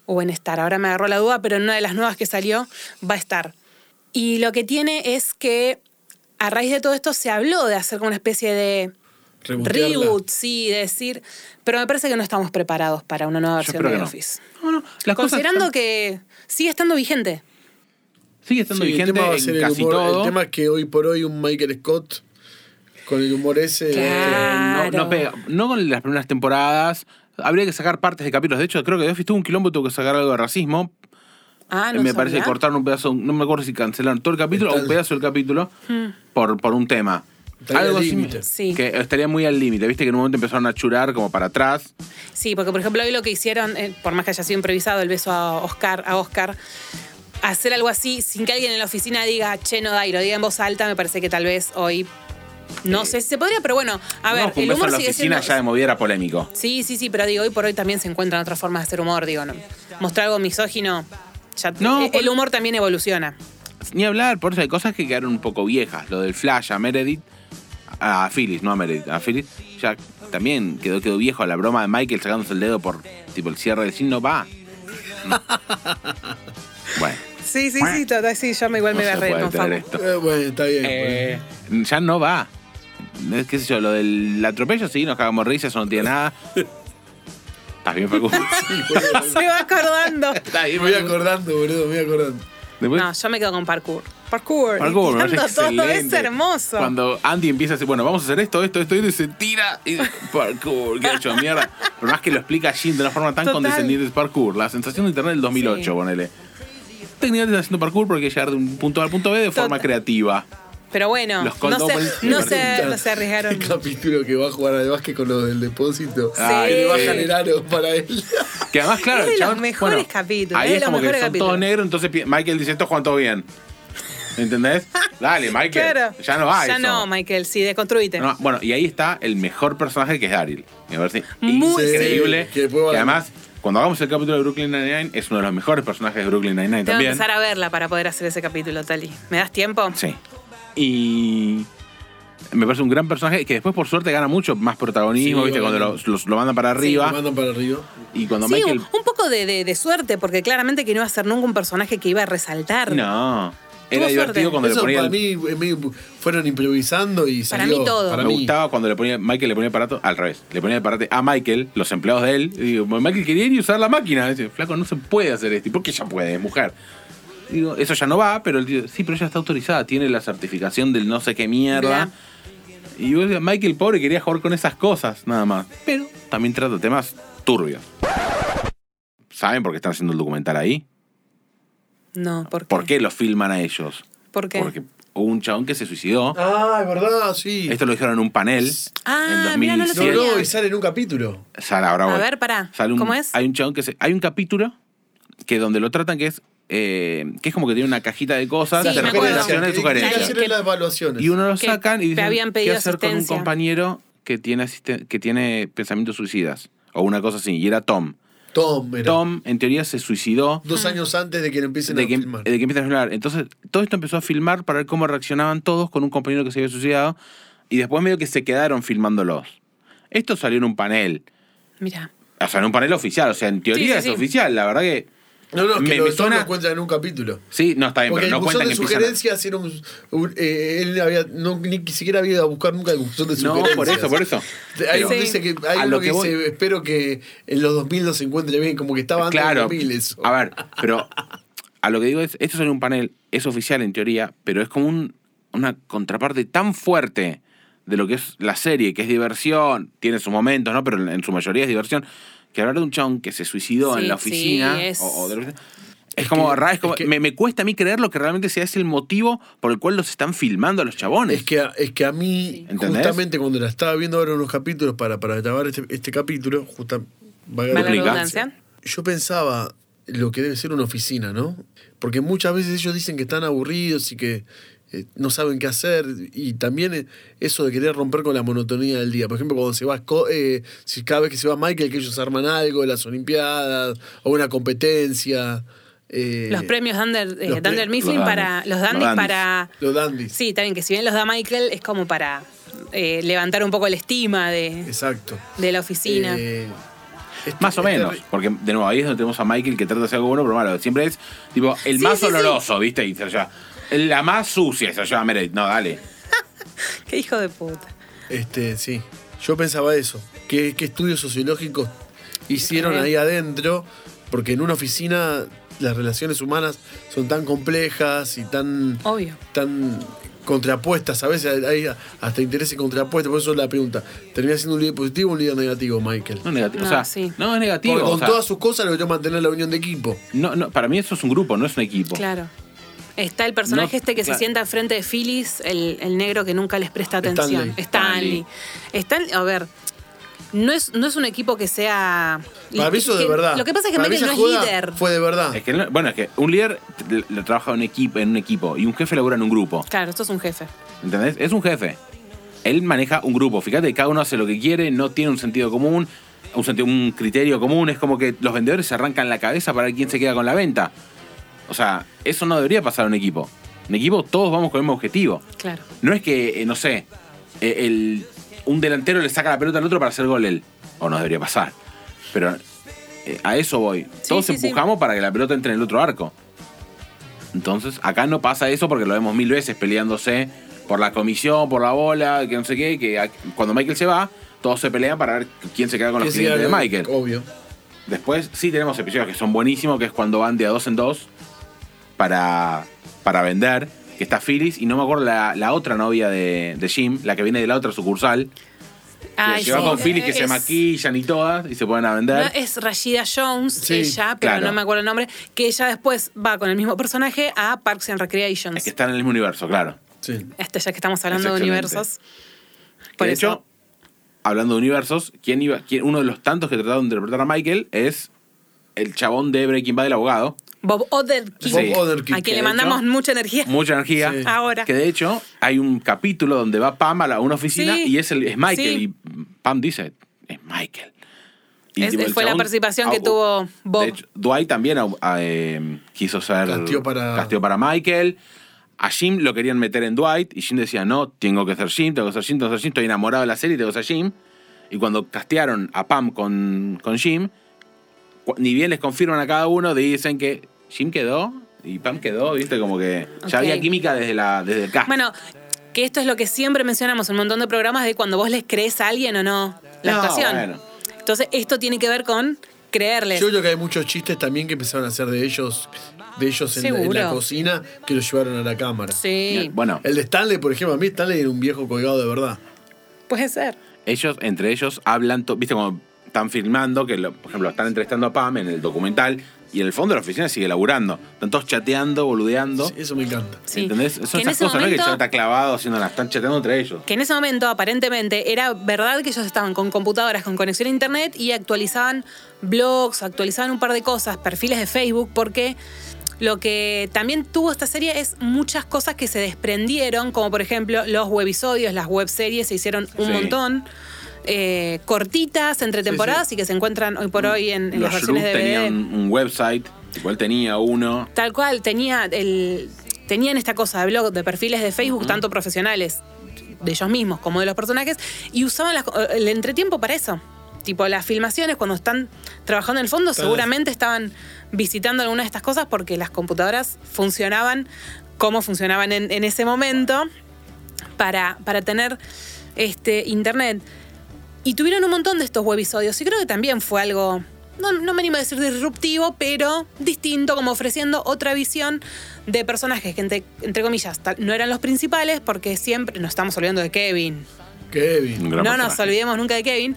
O en Star. Ahora me agarró la duda, pero en una de las nuevas que salió va a estar. Y lo que tiene es que a raíz de todo esto se habló de hacer como una especie de Rebotearla. reboot, sí, de decir. Pero me parece que no estamos preparados para una nueva Yo versión espero de que The no. Office. No, no, las cosas Considerando están- que sigue estando vigente. Sigue estando Sí, vigente va a en ser casi humor. todo. El tema es que hoy por hoy un Michael Scott con el humor ese. eh, Claro. No, no Claro. pega. No con las primeras temporadas. Habría que sacar partes de capítulos. De hecho, creo que The Office tuvo un quilombo, tuvo que sacar algo de racismo. Ah, no me parece que sabía. cortaron un pedazo, no me acuerdo si cancelaron todo el capítulo o un Entonces- pedazo del capítulo por, por un tema. Estaría al así límite. Hmm. Sí. Que estaría muy al límite. Viste que en un momento empezaron a churar como para atrás. Sí, porque por ejemplo hoy lo que hicieron, eh, por más que haya sido improvisado el beso a Oscar, a Oscar, hacer algo así sin que alguien en la oficina diga, che, no da, y lo diga en voz alta, me parece que tal vez hoy no sé si se podría, pero bueno, a No, ver, un el beso en humor la sigue oficina siendo. ya de movida era polémico. Sí, sí, sí, pero digo, hoy por hoy también se encuentran otras formas de hacer humor, digo, no. mostrar algo misógino. ya- No, eh, por- el humor también evoluciona. Ni hablar, por eso hay cosas que quedaron un poco viejas. Lo del Flash a Meredith, a Phyllis, no a Meredith, a Phyllis, ya también quedó, quedó viejo. La broma de Michael sacándose el dedo por tipo el cierre del signo va. No. bueno, Sí, sí, sí, total, sí, yo me igual no me se agarré puede con tener Facu. esto. Eh, bueno, está bien. Eh, ya no va. No es- ¿Qué sé yo? Lo del atropello, sí, nos cagamos risas, eso no tiene nada. ¿Estás bien, Facu? Se va acordando. Está Me bien, voy Facu. acordando, boludo, me voy acordando. Después- No, yo me quedo con parkour. Parkour. Parkour, me y tirando parece todo, es excelente. hermoso. Cuando Andy empieza a decir, bueno, vamos a hacer esto, esto, esto, esto, y se tira. Y parkour, que ha hecho mierda. Pero más que lo explica Jim de una forma tan Total. condescendiente es parkour. La sensación de internet del 2008, Sí. ponele. Técnicamente están haciendo parkour porque hay que llegar de un punto A al punto B de forma Total. creativa. Pero bueno, Los no condomos se, no, se, Pregunta, Eh, no se arriesgaron. El capítulo que va a jugar al básquet con los del depósito. Ah, Que le sí. bajan el aro para él. Que además, claro, Es de el los chabón- mejores capítulos, Ahí es de es, los como que mejores son todos capítulos. negros, entonces pi- Michael dice, esto Juan todo bien. ¿Entendés? Dale, Michael. Claro. Ya no va Ya eso. no, Michael, sí, desconstruite. No, bueno, y ahí está el mejor personaje que es Daryl. Me parece Muy increíble. sí. Que después va Que a- además, cuando hagamos el capítulo de Brooklyn Nine-Nine, es uno de los mejores personajes de Brooklyn Tengo Nine-Nine que también. empezar a verla para poder hacer ese capítulo, Tali. ¿Me das tiempo? Sí. Y me parece un gran personaje que después, por suerte, gana mucho más protagonismo, Sí, ¿viste? Cuando lo, obviamente. los- lo mandan para Lo arriba. mandan para arriba. y cuando Sí, Michael. un, un poco de, de- de suerte, porque claramente que no iba a ser nunca un personaje que iba a resaltar. No. Era Tuvo suerte. divertido cuando le Eso ponía. para el- mí, eh, medio- fueron improvisando y Para salió. mí todo. Para me mí. gustaba cuando le ponía Michael le ponía el aparato al revés. Le ponía el aparato a Michael, los empleados de él. Y digo, Michael quería ir y usar la máquina. Dice, flaco, no se puede hacer esto. ¿Y por qué ya puede? Es mujer. Digo, eso ya no va, pero él dice, sí, pero ella está autorizada, tiene la certificación del no sé qué mierda. Bla. Y vos decís, Michael, pobre, quería jugar con esas cosas, nada más. Pero también trata temas turbios. ¿Saben por qué están haciendo el documental ahí? No, ¿por qué? ¿Por qué los filman a ellos? ¿Por qué? Porque hubo un chabón que se suicidó. Ah, es verdad, sí. Esto lo dijeron en un panel. Ah, en mirá, no lo 2017. no, sabía. no, y sale en un capítulo. Sale, ahora A voy. ver, pará. Sale un- ¿Cómo es? Hay un chabón que se, hay un capítulo que donde lo tratan que es eh, que es como que tiene una cajita de cosas, Sí, de me acuerdo. recomendaciones, Que- que sugerencias. hacen las evaluaciones. Y uno lo Que sacan y te dicen habían pedido qué hacer con un asistencia. compañero que tiene asisten- que tiene pensamientos suicidas o una cosa así. Y era Tom. Tom, era. Tom en teoría se suicidó Dos Ah. años antes de que lo empiecen de a que, eh, filmar. de que empiezan a filmar. Entonces, todo esto empezó a filmar para ver cómo reaccionaban todos con un compañero que se había suicidado. Y después medio que se quedaron filmándolos. Esto salió en un panel. Mirá. O sea, en un panel oficial. O sea, en teoría sí, es sí. oficial. La verdad que... no, no, es que me- lo me de Tom suena- lo encuentran en un capítulo. Sí, no está bien, Porque pero el no buzón cuentan que de empiezan... a- sugerencias era un. un- eh, él había, no, ni siquiera había ido a buscar nunca el buzón de No, sugerencias. por eso, por eso. Hay Pero- uno que dice que, hay A uno lo que que voy- dice, espero que en los 2000 nos encuentre bien, como que estaba antes de Claro. los 2000 eso. A ver, pero a lo que digo es, esto es un panel, es oficial en teoría, pero es como un- una contraparte tan fuerte de lo que es la serie, que es diversión, tiene sus momentos, ¿no? Pero en su mayoría es diversión, que hablar de un chabón que se suicidó Sí, en la sí, oficina es- o- o de lo que- es como raro, es como- es que- me, me cuesta a mí creerlo que realmente sea ese el motivo por el cual los están filmando a los chabones. Es que, a- es que a mí, ¿Entendés? justamente cuando la estaba viendo ahora unos capítulos para, para grabar este, este capítulo, justa, valga Mala Duplica. redundancia. yo pensaba lo que debe ser una oficina, ¿no? Porque muchas veces ellos dicen que están aburridos y que eh, no saben qué hacer. Y también eh, eso de querer romper con la monotonía del día. Por ejemplo, cuando se va, Sco- eh, si cada vez que se va Michael, que ellos arman algo, las Olimpiadas o una competencia. eh, Los premios Dunder, eh, los pre- Dunder Mifflin los para. Dandys. Los Los Dandys Dandys. para. Los dandies. Sí, también que si bien los da Michael, es como para eh, levantar un poco la estima de, Exacto. de la oficina. Eh, es- Más o es menos, terri- Este, porque de nuevo ahí es donde tenemos a Michael que trata de hacer algo bueno, pero malo. Siempre es tipo el Sí, más sí, sí. oloroso, ¿viste? Y se lo lleva. La más sucia se lo lleva Meredith. No, dale. Qué hijo de puta. Este, sí. Yo pensaba eso. ¿Qué, qué estudios sociológicos hicieron Re. ahí adentro? Porque en una oficina las relaciones humanas son tan complejas y tan, Obvio. tan contrapuestas. A veces hay hasta intereses contrapuestos. Por eso la pregunta. ¿Termina siendo un líder positivo o un líder negativo, Michael? No es negativo. o No, sea, sí. no es negativo. Porque con o sea, todas sus cosas logró mantener la unión de equipo. no, no, para mí eso es un grupo, no es un equipo. Claro. Está el personaje No, este que claro. se sienta frente de Phyllis, el, el negro que nunca les presta atención. Stanley. Stanley. Stanley. a ver, no es, no es un equipo que sea. Para mí eso de que- verdad. Lo que pasa es que Para mí Michael no esa es joda líder. Fue de verdad. Es que, no- bueno, es que un líder le- le trabaja en un, equipo, en un equipo y un jefe labura en un grupo. Claro, esto es un jefe. ¿Entendés? Es un jefe. Él maneja un grupo. Fíjate, cada uno hace lo que quiere, no tiene un sentido común, un, sentido, un criterio común. Es como que los vendedores se arrancan la cabeza para ver quién se queda con la venta. O sea, eso no debería pasar en un equipo. En equipo todos vamos con el mismo objetivo. Claro. No es que, eh, no sé, eh, el, un delantero le saca la pelota al otro para hacer gol él. O no debería pasar. Pero eh, a eso voy. Sí, Todos sí, sí. empujamos para que la pelota entre en el otro arco. Entonces, acá no pasa eso porque lo vemos mil veces peleándose por la comisión, por la bola, que no sé qué, que a- cuando Michael se va, todos se pelean para ver quién se queda con los Que clientes de sea- Michael. Obvio. Después sí tenemos episodios que son buenísimos, que es cuando van de a dos en dos para, para vender, que está Phyllis, y no me acuerdo la, la otra novia de, de Jim, la que viene de la otra sucursal, que Ay, se va sí. con Phyllis, que se Es- maquillan y todas, y se ponen a vender. no, es Rashida Jones, Sí, ella, pero claro. no me acuerdo el nombre, que ella después va con el mismo personaje a Parks and Recreations. Es que están en el mismo universo, claro. Sí. Este, ya que estamos hablando de Exactamente. universos. Que, Por de eso, hecho, hablando de universos, ¿quién iba, quién- uno de los tantos que trataron de interpretar a Michael es el chabón de Breaking Bad, el abogado. Bob Odenkirk, Sí. Bob Odenkirk, a que quien de le mandamos hecho- mucha energía. Mucha energía. Sí. Ahora. Que de hecho hay un capítulo donde va Pam a la- una oficina Sí. y es, el, es Michael. Sí. Y Pam dice, es Michael. Es- tipo, el fue la chabón- participación que au- tuvo Bob. De hecho, Dwight también au- a, eh, quiso ser... Casteó para- casteó para Michael. A Jim lo querían meter en Dwight y Jim decía, no, tengo que ser Jim, tengo que ser Jim, tengo que ser Jim, estoy enamorado de la serie, tengo que ser Jim. Y cuando castearon a Pam con, con Jim, cu- ni bien les confirman a cada uno, dicen que Jim quedó Y Pam quedó, viste, como que ya Ok. había química desde, la, desde el cast. Bueno, que esto es lo que siempre mencionamos en un montón de programas de cuando vos les crees a alguien o no la No, actuación. bueno. Entonces, esto tiene que ver con creerles. Yo creo que hay muchos chistes también que empezaron a hacer de ellos, de ellos en, la, en la Seguro. cocina que los llevaron a la cámara. Sí, Bueno, El de Stanley, por ejemplo, a mí Stanley era un viejo colgado de verdad. puede ser. ellos, entre ellos, hablan, to- viste, como están filmando, que lo- por ejemplo, están entrevistando a Pam en el documental y en el fondo de la oficina sigue laburando. Están todos chateando, boludeando. Sí, eso me encanta. Sí. ¿Entendés? Que Son en esas ese cosas, ¿no? Que momento- el chabón está clavado haciendo las están chateando entre ellos. Que en ese momento, aparentemente, era verdad que ellos estaban con computadoras, con conexión a internet y actualizaban blogs, actualizaban un par de cosas, perfiles de Facebook, porque lo que también tuvo esta serie es muchas cosas que se desprendieron, como por ejemplo los webisodios, las webseries se hicieron un Sí. montón. eh, cortitas entre temporadas y que se encuentran hoy por hoy en, en las Mm. Los versiones de E. Shrug tenían un, un website, igual tenía uno. Tal cual, tenía el, tenían esta cosa de blog, de perfiles de Facebook, tanto profesionales de ellos mismos como de los personajes, y usaban las- el entretiempo para eso. Tipo, las filmaciones, cuando están trabajando en el fondo, Tal vez. seguramente estaban visitando alguna de estas cosas porque las computadoras funcionaban como funcionaban en, en ese momento para, para tener este, internet. Y tuvieron un montón de estos webisodios. Y creo que también fue algo, no, no me animo a decir disruptivo, pero distinto, como ofreciendo otra visión de personajes que, entre, entre comillas, tal- no eran los principales, porque siempre nos estamos olvidando de Kevin. Un Kevin. gran no nos personaje. olvidemos nunca de Kevin.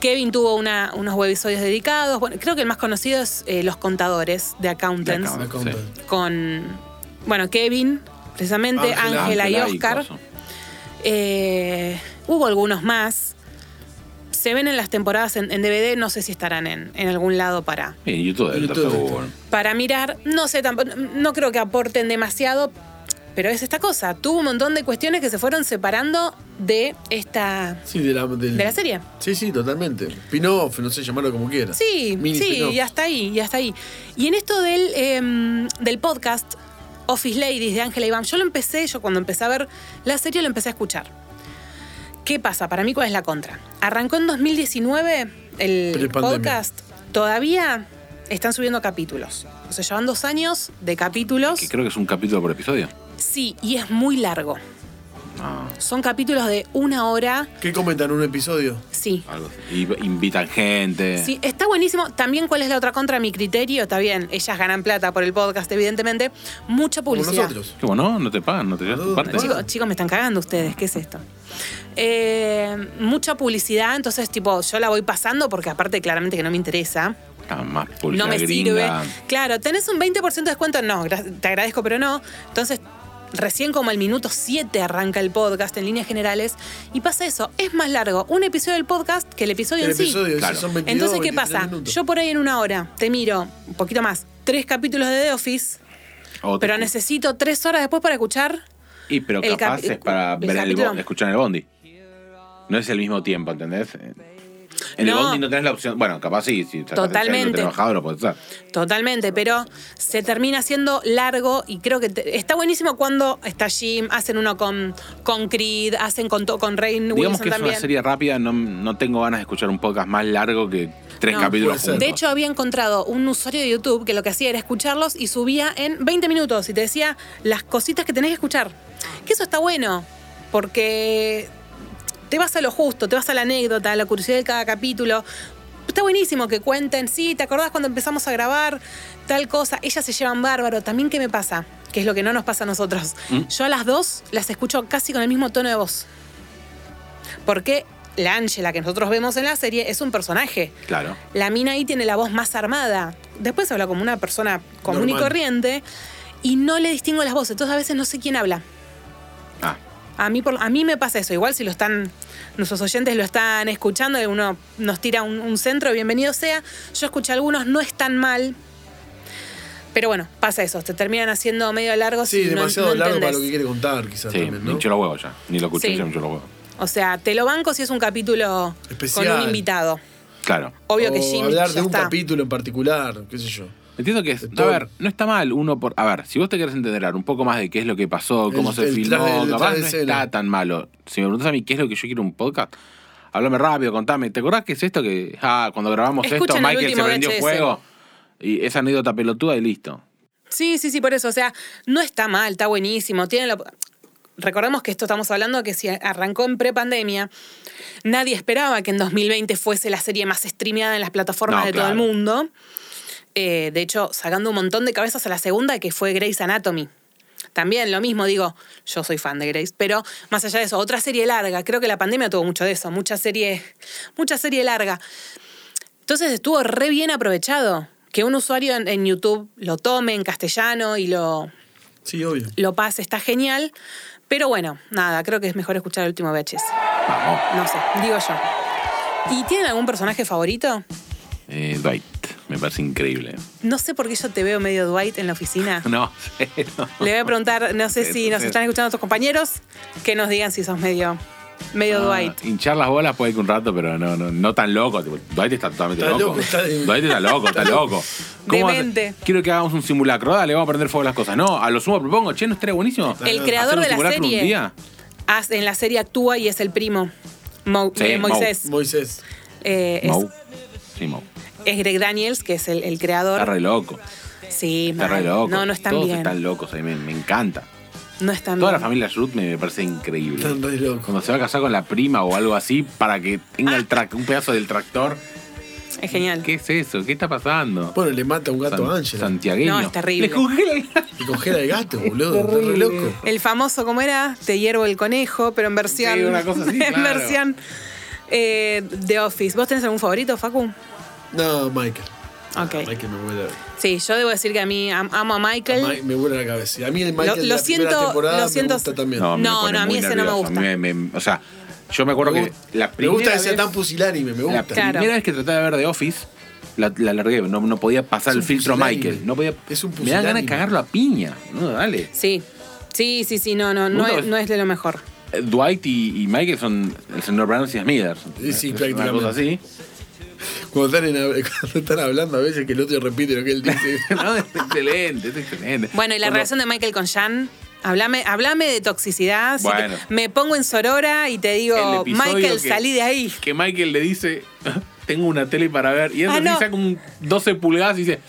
Kevin tuvo una- unos webisodios dedicados. Bueno, creo que el más conocido es eh, Los Contadores de Accountants. De Me conta. Sí. Con, bueno, Kevin, precisamente, Ángela. Ángela y Ángela Oscar. coso. Eh, hubo algunos más. Se ven en las temporadas en, en DVD, no sé si estarán en, en algún lado para, Sí, en YouTube, En el YouTube, tercer está. Google. para mirar. No sé, tampoco, no creo que aporten demasiado, pero es esta cosa. Tuvo un montón de cuestiones que se fueron separando de esta. Sí, de la, del- de la serie. Sí, sí, totalmente. Spin-off, no sé, llamarlo como quieras. Sí, Mini sí, spin-off. y hasta ahí, y hasta ahí. Y en esto del, em, del podcast Office Ladies de Ángela Iván, yo lo empecé, yo cuando empecé a ver la serie lo empecé a escuchar. ¿Qué pasa? Para mí, ¿cuál es la contra? Arrancó en 2019 el Prepandemia. podcast. Todavía están subiendo capítulos. O sea, llevan dos años de capítulos. Que creo que es un capítulo por episodio. Sí, y es muy largo. Ah, Son capítulos de una hora. ¿Qué comentan en un episodio? Sí, algo así. Y invitan gente. Sí, está buenísimo. También, ¿cuál es la otra contra? Mi criterio, está bien. Ellas ganan plata por el podcast, evidentemente. Mucha Como publicidad. nosotros. Como no, no te pagan, no te llevas tu No, parte. Chicos, chicos, me están cagando ustedes. ¿Qué es esto? Eh, mucha publicidad, entonces, tipo, yo la voy pasando porque, aparte, claramente que no me interesa. Ah, más No publicidad me sirve. gringa. Claro, tenés un 20% de descuento. No, gra- te agradezco, pero no. Entonces, recién como el minuto 7 arranca el podcast en líneas generales. Y pasa eso. Es más largo un episodio del podcast que el episodio El en sí. episodio, Claro. esos son 22, Entonces, ¿qué 23 pasa? minutos. Yo por ahí en una hora te miro, un poquito más, tres capítulos de The Office, O te- pero necesito tres horas después para escuchar. Y pero el capaz capi- es para el ver el capítulo. bo- escuchar en el bondi. No es el mismo tiempo, ¿entendés? En el No. bondi no tenés la opción. Bueno, capaz sí, si estás Totalmente. trabajado lo podés hacer. Totalmente, pero se termina siendo largo y creo que te- está buenísimo cuando está Jim, hacen uno con, con Creed, hacen con, to- con Rain Digamos Wilson que es también. una serie rápida, no, no tengo ganas de escuchar un podcast más largo que tres No, capítulos puede ser. juntos. De hecho, había encontrado un usuario de YouTube que lo que hacía era escucharlos y subía en 20 minutos y te decía las cositas que tenés que escuchar. Que eso está bueno, porque te vas a lo justo, te vas a la anécdota, a la curiosidad de cada capítulo. Está buenísimo que cuenten, sí, ¿te acordás cuando empezamos a grabar tal cosa? Ellas se llevan bárbaro. También, ¿qué me pasa? Que es lo que no nos pasa a nosotros. Yo a las dos las escucho casi con el mismo tono de voz. Porque la Ángela que nosotros vemos en la serie es un personaje. Claro. La mina ahí tiene la voz más armada. Después habla como una persona común y Normal. corriente y no le distingo las voces. Entonces a veces no sé quién habla. Ah, A mí, por- a mí me pasa eso. Igual si lo están, nuestros oyentes lo están escuchando, y uno nos tira un, un centro, bienvenido sea. Yo escuché algunos, no es tan mal. Pero bueno, pasa eso. Te terminan haciendo medio largos. Sí, y no- demasiado no largo para entendés. lo que quiere contar, quizás sí, también, ¿no? ni hinchó los huevos ya. Ni lo escuché, Sí. ya me hinchó los huevos. O sea, te lo banco si es un capítulo con Especial. un invitado. Claro. Obvio que O Jimmy. hablar ya de un está. capítulo en particular, qué sé yo. Entiendo que es. A Todo. ver, no está mal uno por. A ver, si vos te querés enterar un poco más de qué es lo que pasó, cómo El- se el filmó, tras de- el capaz tras de no escena. está tan malo. Si me preguntas a mí qué es lo que yo quiero un podcast, háblame rápido, contame. ¿Te acordás que es esto que. Ah, cuando grabamos Escuchen el esto, Michael se último prendió VHS. fuego? Y esa anécdota pelotuda y listo. Sí, sí, sí, por eso. O sea, no está mal, está buenísimo. Tiene la- Recordemos que esto estamos hablando que si arrancó en prepandemia, nadie esperaba que en 2020 fuese la serie más streameada en las plataformas No, de claro. todo el mundo. Eh, de hecho, sacando un montón de cabezas a la segunda, que fue Grey's Anatomy. También lo mismo, digo, yo soy fan de Grey's, pero más allá de eso, otra serie larga. Creo que la pandemia tuvo mucho de eso, mucha serie, mucha serie larga. Entonces estuvo re bien aprovechado. Que un usuario en, en YouTube lo tome en castellano y lo, Sí, obvio. lo pase, está genial. Pero bueno, nada, creo que es mejor escuchar el último VHS. Vamos. No sé, digo yo. ¿Y tienen algún personaje favorito? Eh, Dwight, me parece increíble. No sé por qué yo te veo medio Dwight en la oficina. No, cero. Le voy a preguntar, no sé Sí, si nos sí. están escuchando otros compañeros, que nos digan si sos medio, medio Ah, Dwight. Hinchar las bolas puede que un rato, pero no, no, no tan loco. tipo, Dwight está totalmente Está loco. loco, está de- Dwight está loco, está loco. ¿Cómo hace- Demente. Quiero que hagamos un simulacro. Dale, vamos a prender fuego a las cosas. No, a lo sumo propongo, che, no estaría buenísimo. El creador hacer un de la simulacro un serie día. hace- Ah, en la serie actúa y es el primo. Mo- Sí, eh, Mo. Moisés. Moisés. Eh, es, Mau. Sí, Mau. es Greg Daniels, que es el, el Está creador. re loco. sí, Está mal. re loco. No, no están Todos bien. están locos. A mí me, me encanta. No están Toda la bien. familia Ruth me, me parece increíble. Están re locos. Cuando se va a casar con la prima o algo así, para que tenga el trac- un pedazo del tractor. Es genial. ¿Qué es eso? ¿Qué está pasando? Bueno, le mata a un gato a Ángela. Santiagueño. No, es terrible. Le congela el gato. Y congela el gato, boludo. Está re loco. El famoso, ¿cómo era? Te hiervo el conejo, pero en versión. Sí, una cosa así, en claro. versión eh, The Office. ¿Vos tenés algún favorito, Facu? No, Michael. Ok. Michael me vuela, Sí, yo debo decir que a mí am- amo a a Michael. Mike me vuela la cabeza. Y A mí el Michael Lo- de lo la primera siento- temporada lo me siento- gusta también. a mí me No, pone no, a mí muy ese no me nervioso. A mí me- me- o sea, yo me acuerdo Me que gusta- la me primera gusta que vez, sea tan pusilánime, me la gusta. primera Claro. vez que traté de ver The Office, la, la largué. No, no podía pasar Es el un filtro pusilánime. Michael. No podía, Es un me da ganas de pusilánime. cagarlo a piña. No, dale. Sí. Sí, sí, sí, no, no, no Nunca es, ves- no es de lo mejor. Eh, Dwight y, y Michael son el señor Burns y Smithers. Sí, sí, Es prácticamente. Una cosa así. Cuando, están en- cuando están hablando a veces que el otro repite lo que él dice. no, es excelente, es excelente. Bueno, y la Cuando- relación de Michael con Jan. Háblame, háblame de toxicidad. si te- Bueno. me pongo en Sorora y te el digo, episodio Michael, que- salí de ahí. Que Michael le dice, "Ah, tengo una tele para ver. Y él Ah, así no. saca un 12 pulgadas y dice,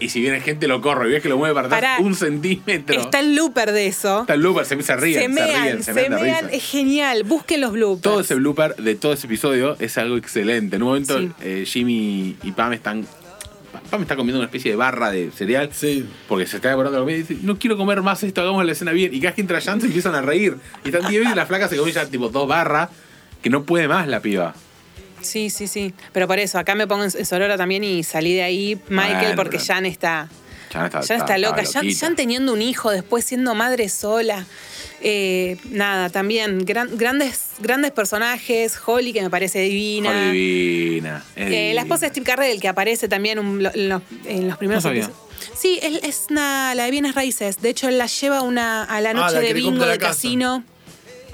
y si viene gente lo corro. Y ves que lo mueve para atrás Pará. un centímetro. Está el looper de eso. Está el blooper, se, se ríen, se, ríen, se, mean de mean, risa. es genial. Busquen los bloopers. Todo ese blooper de todo ese episodio es algo excelente. En un momento Sí. eh, Jimmy y Pam están... Pam está comiendo una especie de barra de cereal. Sí. Porque se está devorando la comida y dice, no quiero comer más esto, hagamos la escena bien. Y cada vez que entra Jan se empiezan a reír. Y están 10 veces y la flaca se come ya tipo dos barras, que no puede más la piba. Sí, sí, sí. Pero por eso, acá me pongo en en Sorora también y salí de ahí, Michael, Bueno, porque pero- Jan está. Jan está, Jan está loca. estaba Jan, loquita. Jan teniendo un hijo, después siendo madre sola. Eh, nada, también. gran- grandes, grandes personajes. Holly, que me parece divina. Joder, divina. es Eh, la divina. esposa de Steve Carrell, que aparece también un- lo- en, los, en los primeros No sabía. episodios. Sí, es, es una, la de bienes raíces. De hecho, él la lleva una, a la Ah, noche la que de le compra bingo la de casa. casino.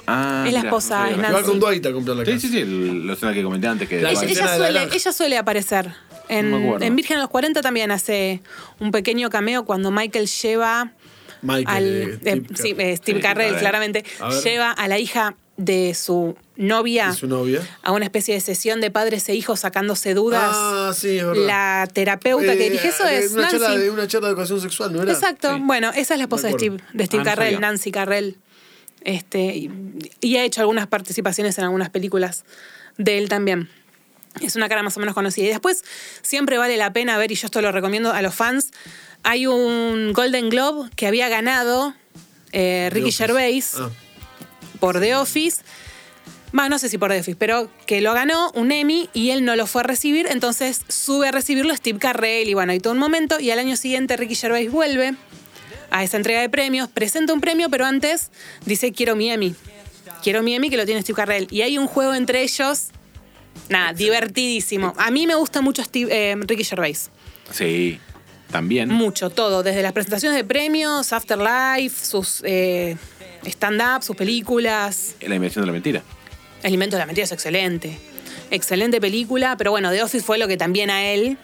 Ah, es la mira, esposa, no sabía. es Que Nancy. va con Dwight a comprar la casa. Sí, sí, sí, el- la escena que comenté antes. Que La- Ella, ella Bueno, escena de la suele, granja. ella suele aparecer. En, No me acuerdo. en Virgen a los 40 también hace un pequeño cameo cuando Michael lleva Michael. al. eh, eh, Steve sí, Carell. eh, Steve Sí, Carrell, Carell. claramente. A ver. Lleva a la hija de su novia ¿Y su novia? a una especie de sesión de padres e hijos sacándose dudas. Ah, sí, es verdad. la terapeuta que Eh, dirige eso de es una Nancy. Charla, de una charla de educación sexual, ¿no era? Exacto. Sí. Bueno, esa es la esposa Me de acuerdo. Steve, de Steve Ah, no Carrell, sabía. Nancy Carrell. Este, y, y ha hecho algunas participaciones en algunas películas de él también. Es una cara más o menos conocida. Y después siempre vale la pena ver, y yo esto lo recomiendo a los fans, hay un Golden Globe que había ganado eh, The Ricky Office. Gervais Ah, por The Office. Más, no sé si por The Office, pero que lo ganó un Emmy y él no lo fue a recibir, entonces sube a recibirlo Steve Carrell y bueno, hay todo un momento. Y al año siguiente Ricky Gervais vuelve a esa entrega de premios, presenta un premio, pero antes dice quiero mi Emmy. Quiero mi Emmy que lo tiene Steve Carrell. Y hay un juego entre ellos, nada, divertidísimo. A mí me gusta mucho Steve, eh, Ricky Gervais. Sí, también. Mucho, todo, desde las presentaciones de premios, Afterlife, sus eh, stand-up, sus películas. La invención de la mentira. El invento de la mentira es excelente. Excelente película, pero bueno, The Office fue lo que también a él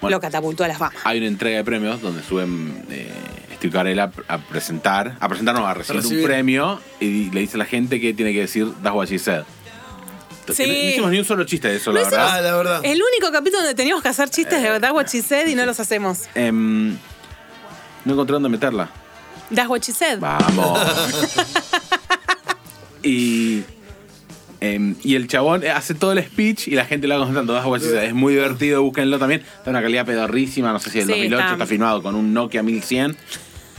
Bueno. Ah. lo catapultó a la fama. Hay una entrega de premios donde suben eh, Steve Carell a, a presentar, a presentarnos, a recibir un recibir. premio y le dice a la gente que tiene que decir That's what she said. Sí. No hicimos ni un solo chiste de eso, No la verdad. Ah, la verdad. Eh, El único capítulo donde teníamos que hacer chistes de verdad, what she said, y no los hacemos. Em, No encontré dónde meterla. That's what she said. Vamos. y, em, y el chabón hace todo el speech y la gente lo va contando. "Ah, bueno, sí, Es muy divertido, búsquenlo también. Está una calidad pedorrísima, no sé si el Sí, 2008 está. está- filmado con un Nokia 1100.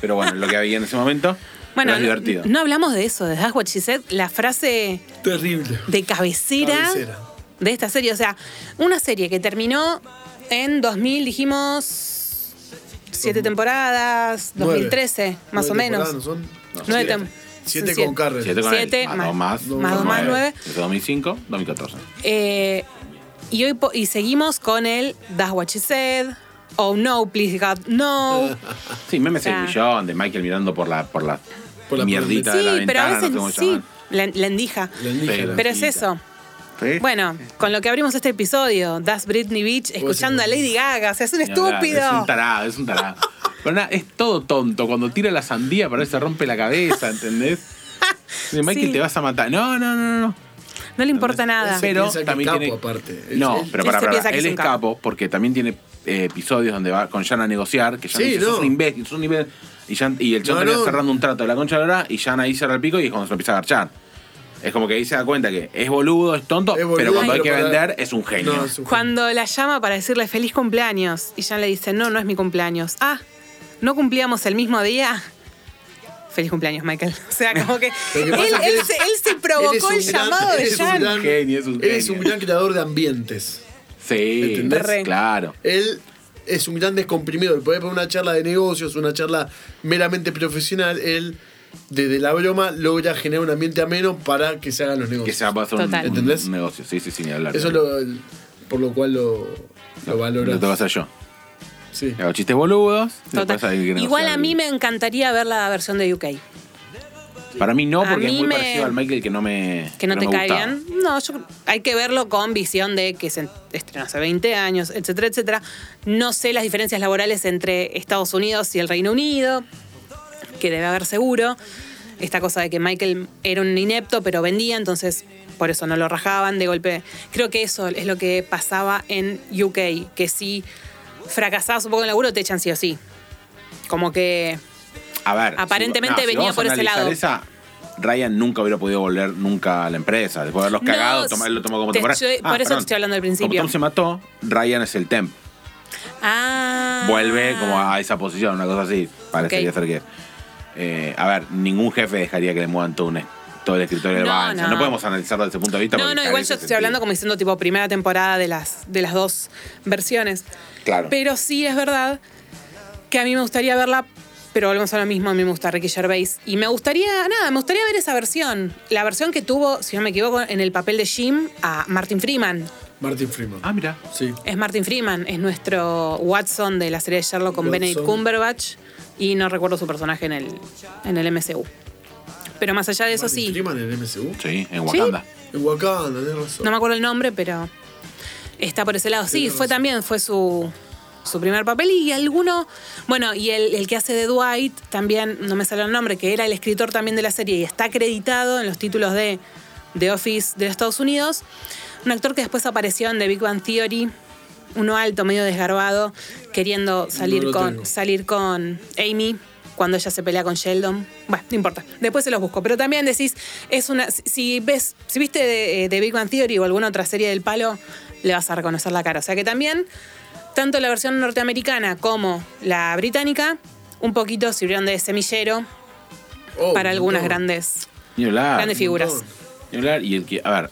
Pero bueno, lo que había en ese momento. Bueno, pero es no- divertido. No, hablamos de eso, de That's What She Said, la frase Terrible. de cabecera, Cabecera. de esta serie. O sea, una serie que terminó en 2000, dijimos, siete temporadas, 2013, más o menos. Son Nueve siete. tem- Siete siete. con Carrel. Siete con Siete él, más- dos más, más dos más nueve. Desde 2005, 2014. Eh, y hoy po- y seguimos con el That's What She Said, Oh No, Please God No. Sí, memes Ah. el millón de Michael mirando por la, por la, Por la mierdita de la sí, pero ventana. a veces no sé cómo sí, llaman. la, la endija. La indígena. Pero- Pero es Endija. eso. Sí. Bueno, con lo que abrimos este episodio, Das Britney Beach, escuchando a Lady Gaga, o sea, es un Ni hablar, estúpido. Es un tarado, es un tarado. Pero nada, es todo tonto. Cuando tira la sandía parece que se rompe la cabeza, ¿entendés? Dice, Michael, Sí. te vas a matar. No, no, no, no. No le importa nada. Él se Pero piensa que también es capo, tiene... aparte. Él- No, él- pero Él para, se piensa que él es un es capo porque también tiene eh, episodios donde va con Jan a negociar, que Jan Sí, dice, no. sos un imbécil, sos un imbécil. Y, Jan- y el Jan No, termina no. cerrando un trato de la concha de la hora y Jan ahí cierra el pico y es cuando se lo empieza a garchar. Es como que ahí se da cuenta que es boludo, es tonto, Es boludo, pero cuando hay pero que para- vender es un genio. No, es un- Cuando la llama para decirle feliz cumpleaños y Jan le dice, no, no es mi cumpleaños. Ah, ¿no cumplíamos el mismo día? Feliz cumpleaños, Michael. O sea, como que, Lo que él, pasa es que él él es- se, él se él es provocó un el gran- llamado él de es un Jan. gran- Genio, es un Él es un genio. gran creador de ambientes. Sí, ¿Entendés? Re. claro. Él es un gran descomprimidor. Puede poner una charla de negocios, una charla meramente profesional. Él, desde la broma, logra generar un ambiente ameno para que se hagan los Que negocios. se va a hacer un, Total. un ¿Entendés? negocio, sí, sí, sí, ni hablar. Eso es lo, el- por lo cual lo, lo valora. Lo tengo que hacer yo. Sí. Hago chistes boludos. y Total. después hay que negociar Igual a algo. mí me encantaría ver la versión de UK. Para mí no, a porque es mí muy me- parecido al Michael que no me. Que no, te me gustaba. caigan. No, yo, hay que verlo con visión de que se estrenó hace 20 años, etcétera, etcétera. No sé las diferencias laborales entre Estados Unidos y el Reino Unido, que debe haber seguro. Esta cosa de que Michael era un inepto, pero vendía, entonces por eso no lo rajaban de golpe. Creo que eso es lo que pasaba en UK, que si fracasabas un poco en el laburo, te echan sí o sí. Como que A ver. si- Aparentemente no, si venía vamos a por ese analizar lado. Esa, Ryan nunca hubiera podido volver nunca a la empresa. Después de haberlos No, cagado, toma- él lo tomó como te temporada. estoy- por eso te estoy hablando al Como principio. Tom se mató, Ryan es el temp. Ah. Vuelve como a esa posición, una cosa así. Parecería Ok. ser que. eh, a ver, ningún jefe dejaría que le muevan todo, un- todo el escritorio de No, Banza. No. no. podemos analizarlo desde ese punto de vista. No, porque no, igual yo carece de estoy sentido. hablando como diciendo tipo primera temporada de las, de las dos versiones. Claro. Pero sí es verdad que a mí me gustaría verla, pero volvemos a lo mismo, a mí me gusta Ricky Gervais. Y me gustaría, nada, me gustaría ver esa versión. La versión que tuvo, si no me equivoco, en el papel de Jim a Martin Freeman. Martin Freeman. Ah, mira. Sí. Es Martin Freeman, es nuestro Watson de la serie de Sherlock con Watson. Benedict Cumberbatch. Y no recuerdo su personaje en el, en el MCU. Pero más allá de eso, Martin sí. Freeman en el MSU. Sí, en Wakanda. En Wakanda, tenés razón. No me acuerdo el nombre, pero está por ese lado. Sí, Tenés fue razón. también, fue su, su primer papel. Y alguno, bueno, y el, el que hace de Dwight, también, no me sale el nombre, que era el escritor también de la serie y está acreditado en los títulos de The Office de los Estados Unidos. Un actor que después apareció en The Big Bang Theory, uno alto, medio desgarbado, queriendo salir, lo tengo. con, salir con Amy cuando ella se pelea con Sheldon. Bueno, no importa. Después se los busco. Pero también decís, es una. si- Si ves, si viste de, eh, de Big Bang Theory o alguna otra serie del palo, le vas a reconocer la cara. O sea que también, tanto la versión norteamericana como la británica, un poquito sirvieron de semillero Oh, para algunas no. grandes, Ni hablar. grandes figuras. montón. Ni hablar, Y el que, a ver,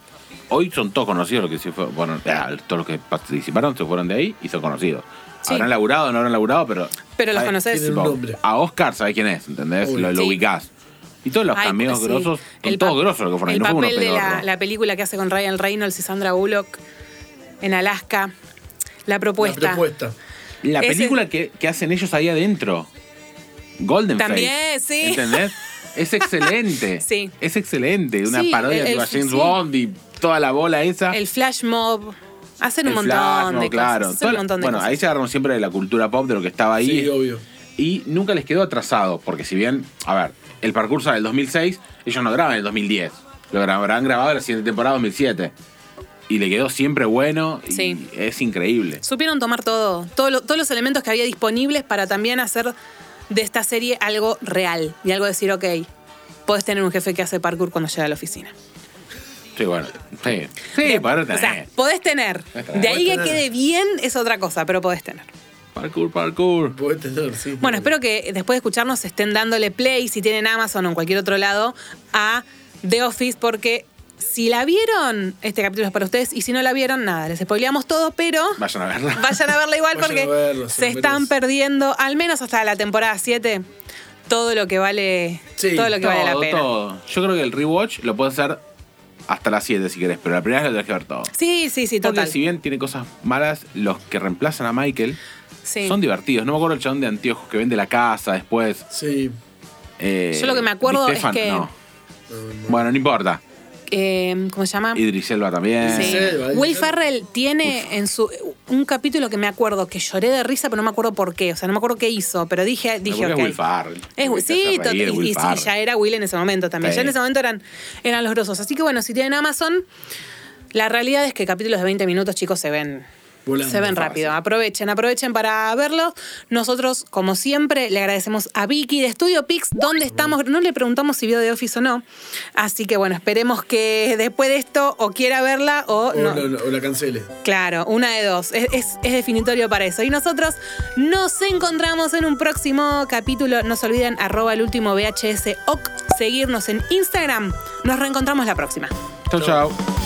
hoy son todos conocidos los que se fueron, bueno, ah, todos los que participaron se fueron de ahí y son conocidos. Sí. Habrán laburado, no habrán laburado, pero. Pero los ¿sabes? conoces. Tienen un Tipo, nombre. A Oscar sabés quién es, ¿entendés? Obvio. Lo, lo Sí. ubicás. Y todos los Ay, cameos sí. grosos, son El todos pa- grosos los que fueron ahí, El no fue uno papel de la, pedorro. la película que hace con Ryan Reynolds y Sandra Bullock en Alaska. La propuesta. La propuesta. La Ese- película que, que hacen ellos ahí adentro. Golden También, Face. sí. ¿Entendés? Es excelente. Sí. Es excelente. Una Sí, parodia el- de el- James sí. Bond y toda la bola esa. El flash mob. Hacen un El montón flash, no, de claro. cosas. Hacen Toda un la- montón de bueno, cosas. ahí se agarraron siempre de la cultura pop, de lo que estaba ahí. Sí, obvio. Y nunca les quedó atrasado, porque si bien, a ver, el parcurso del 2006, ellos no graban en el 2010. Lo gra- habrán grabado la siguiente temporada 2007. Y le quedó siempre bueno. Y Sí. Es increíble. Supieron tomar todo, todo lo- todos los elementos que había disponibles para también hacer de esta serie algo real y algo decir, ok, podés tener un jefe que hace parkour cuando llega a la oficina. Sí, bueno. Sí, sí De- para O sea, podés tener. De ahí que tener. quede bien es otra cosa, pero podés tener. Parkour, parkour. Puede tener, sí. Bueno, espero que después de escucharnos estén dándole play, si tienen Amazon o en cualquier otro lado, a The Office, porque si la vieron, este capítulo es para ustedes, y si no la vieron, nada, les spoileamos todo, pero Vayan a verla. vayan a verla igual Vayan porque a verla, se se lo están merece. perdiendo, al menos hasta la temporada 7, todo lo que vale, Sí, todo lo que vale la Todo, pena. todo. Yo creo que el rewatch lo puedes hacer hasta las 7 si querés, pero la primera vez lo tenés que ver todo. Sí, sí, sí, Porque total. si bien tiene cosas malas, los que reemplazan a Michael Sí. son divertidos. No me acuerdo el chabón de anteojos que vende la casa después. Sí. Eh, Yo lo que me acuerdo Di es Stefan, que- no. Bueno, no importa. Eh, ¿Cómo se llama? Idris Elba también. Sí. Sí, va a Will ser- Ferrell tiene en su un capítulo que me acuerdo que lloré de risa, pero no me acuerdo por qué. O sea, no me acuerdo qué hizo, pero dije, Me dije acuerdo ok. que es Will Ferrell. Es Will- Que te hace sí, reír, tot- y, Will y- y Ferrell. ya era Will en ese momento también. Sí. Ya en ese momento eran, eran los grosos. Así que bueno, si tienen Amazon, la realidad es que capítulos de 20 minutos, chicos, se ven. Volando se ven fácil. rápido. Aprovechen, aprovechen para verlo. Nosotros, como siempre, le agradecemos a Vicky de Studio Pix, donde estamos. No le preguntamos si vio de Office o no. Así que bueno, esperemos que después de esto o quiera verla o, O, no. la, o la cancele. Claro, una de dos. Es, es- es definitorio para eso. Y nosotros nos encontramos en un próximo capítulo. No se olviden, arroba el último VHS OC, seguirnos en Instagram. Nos reencontramos la próxima. Chau, chau.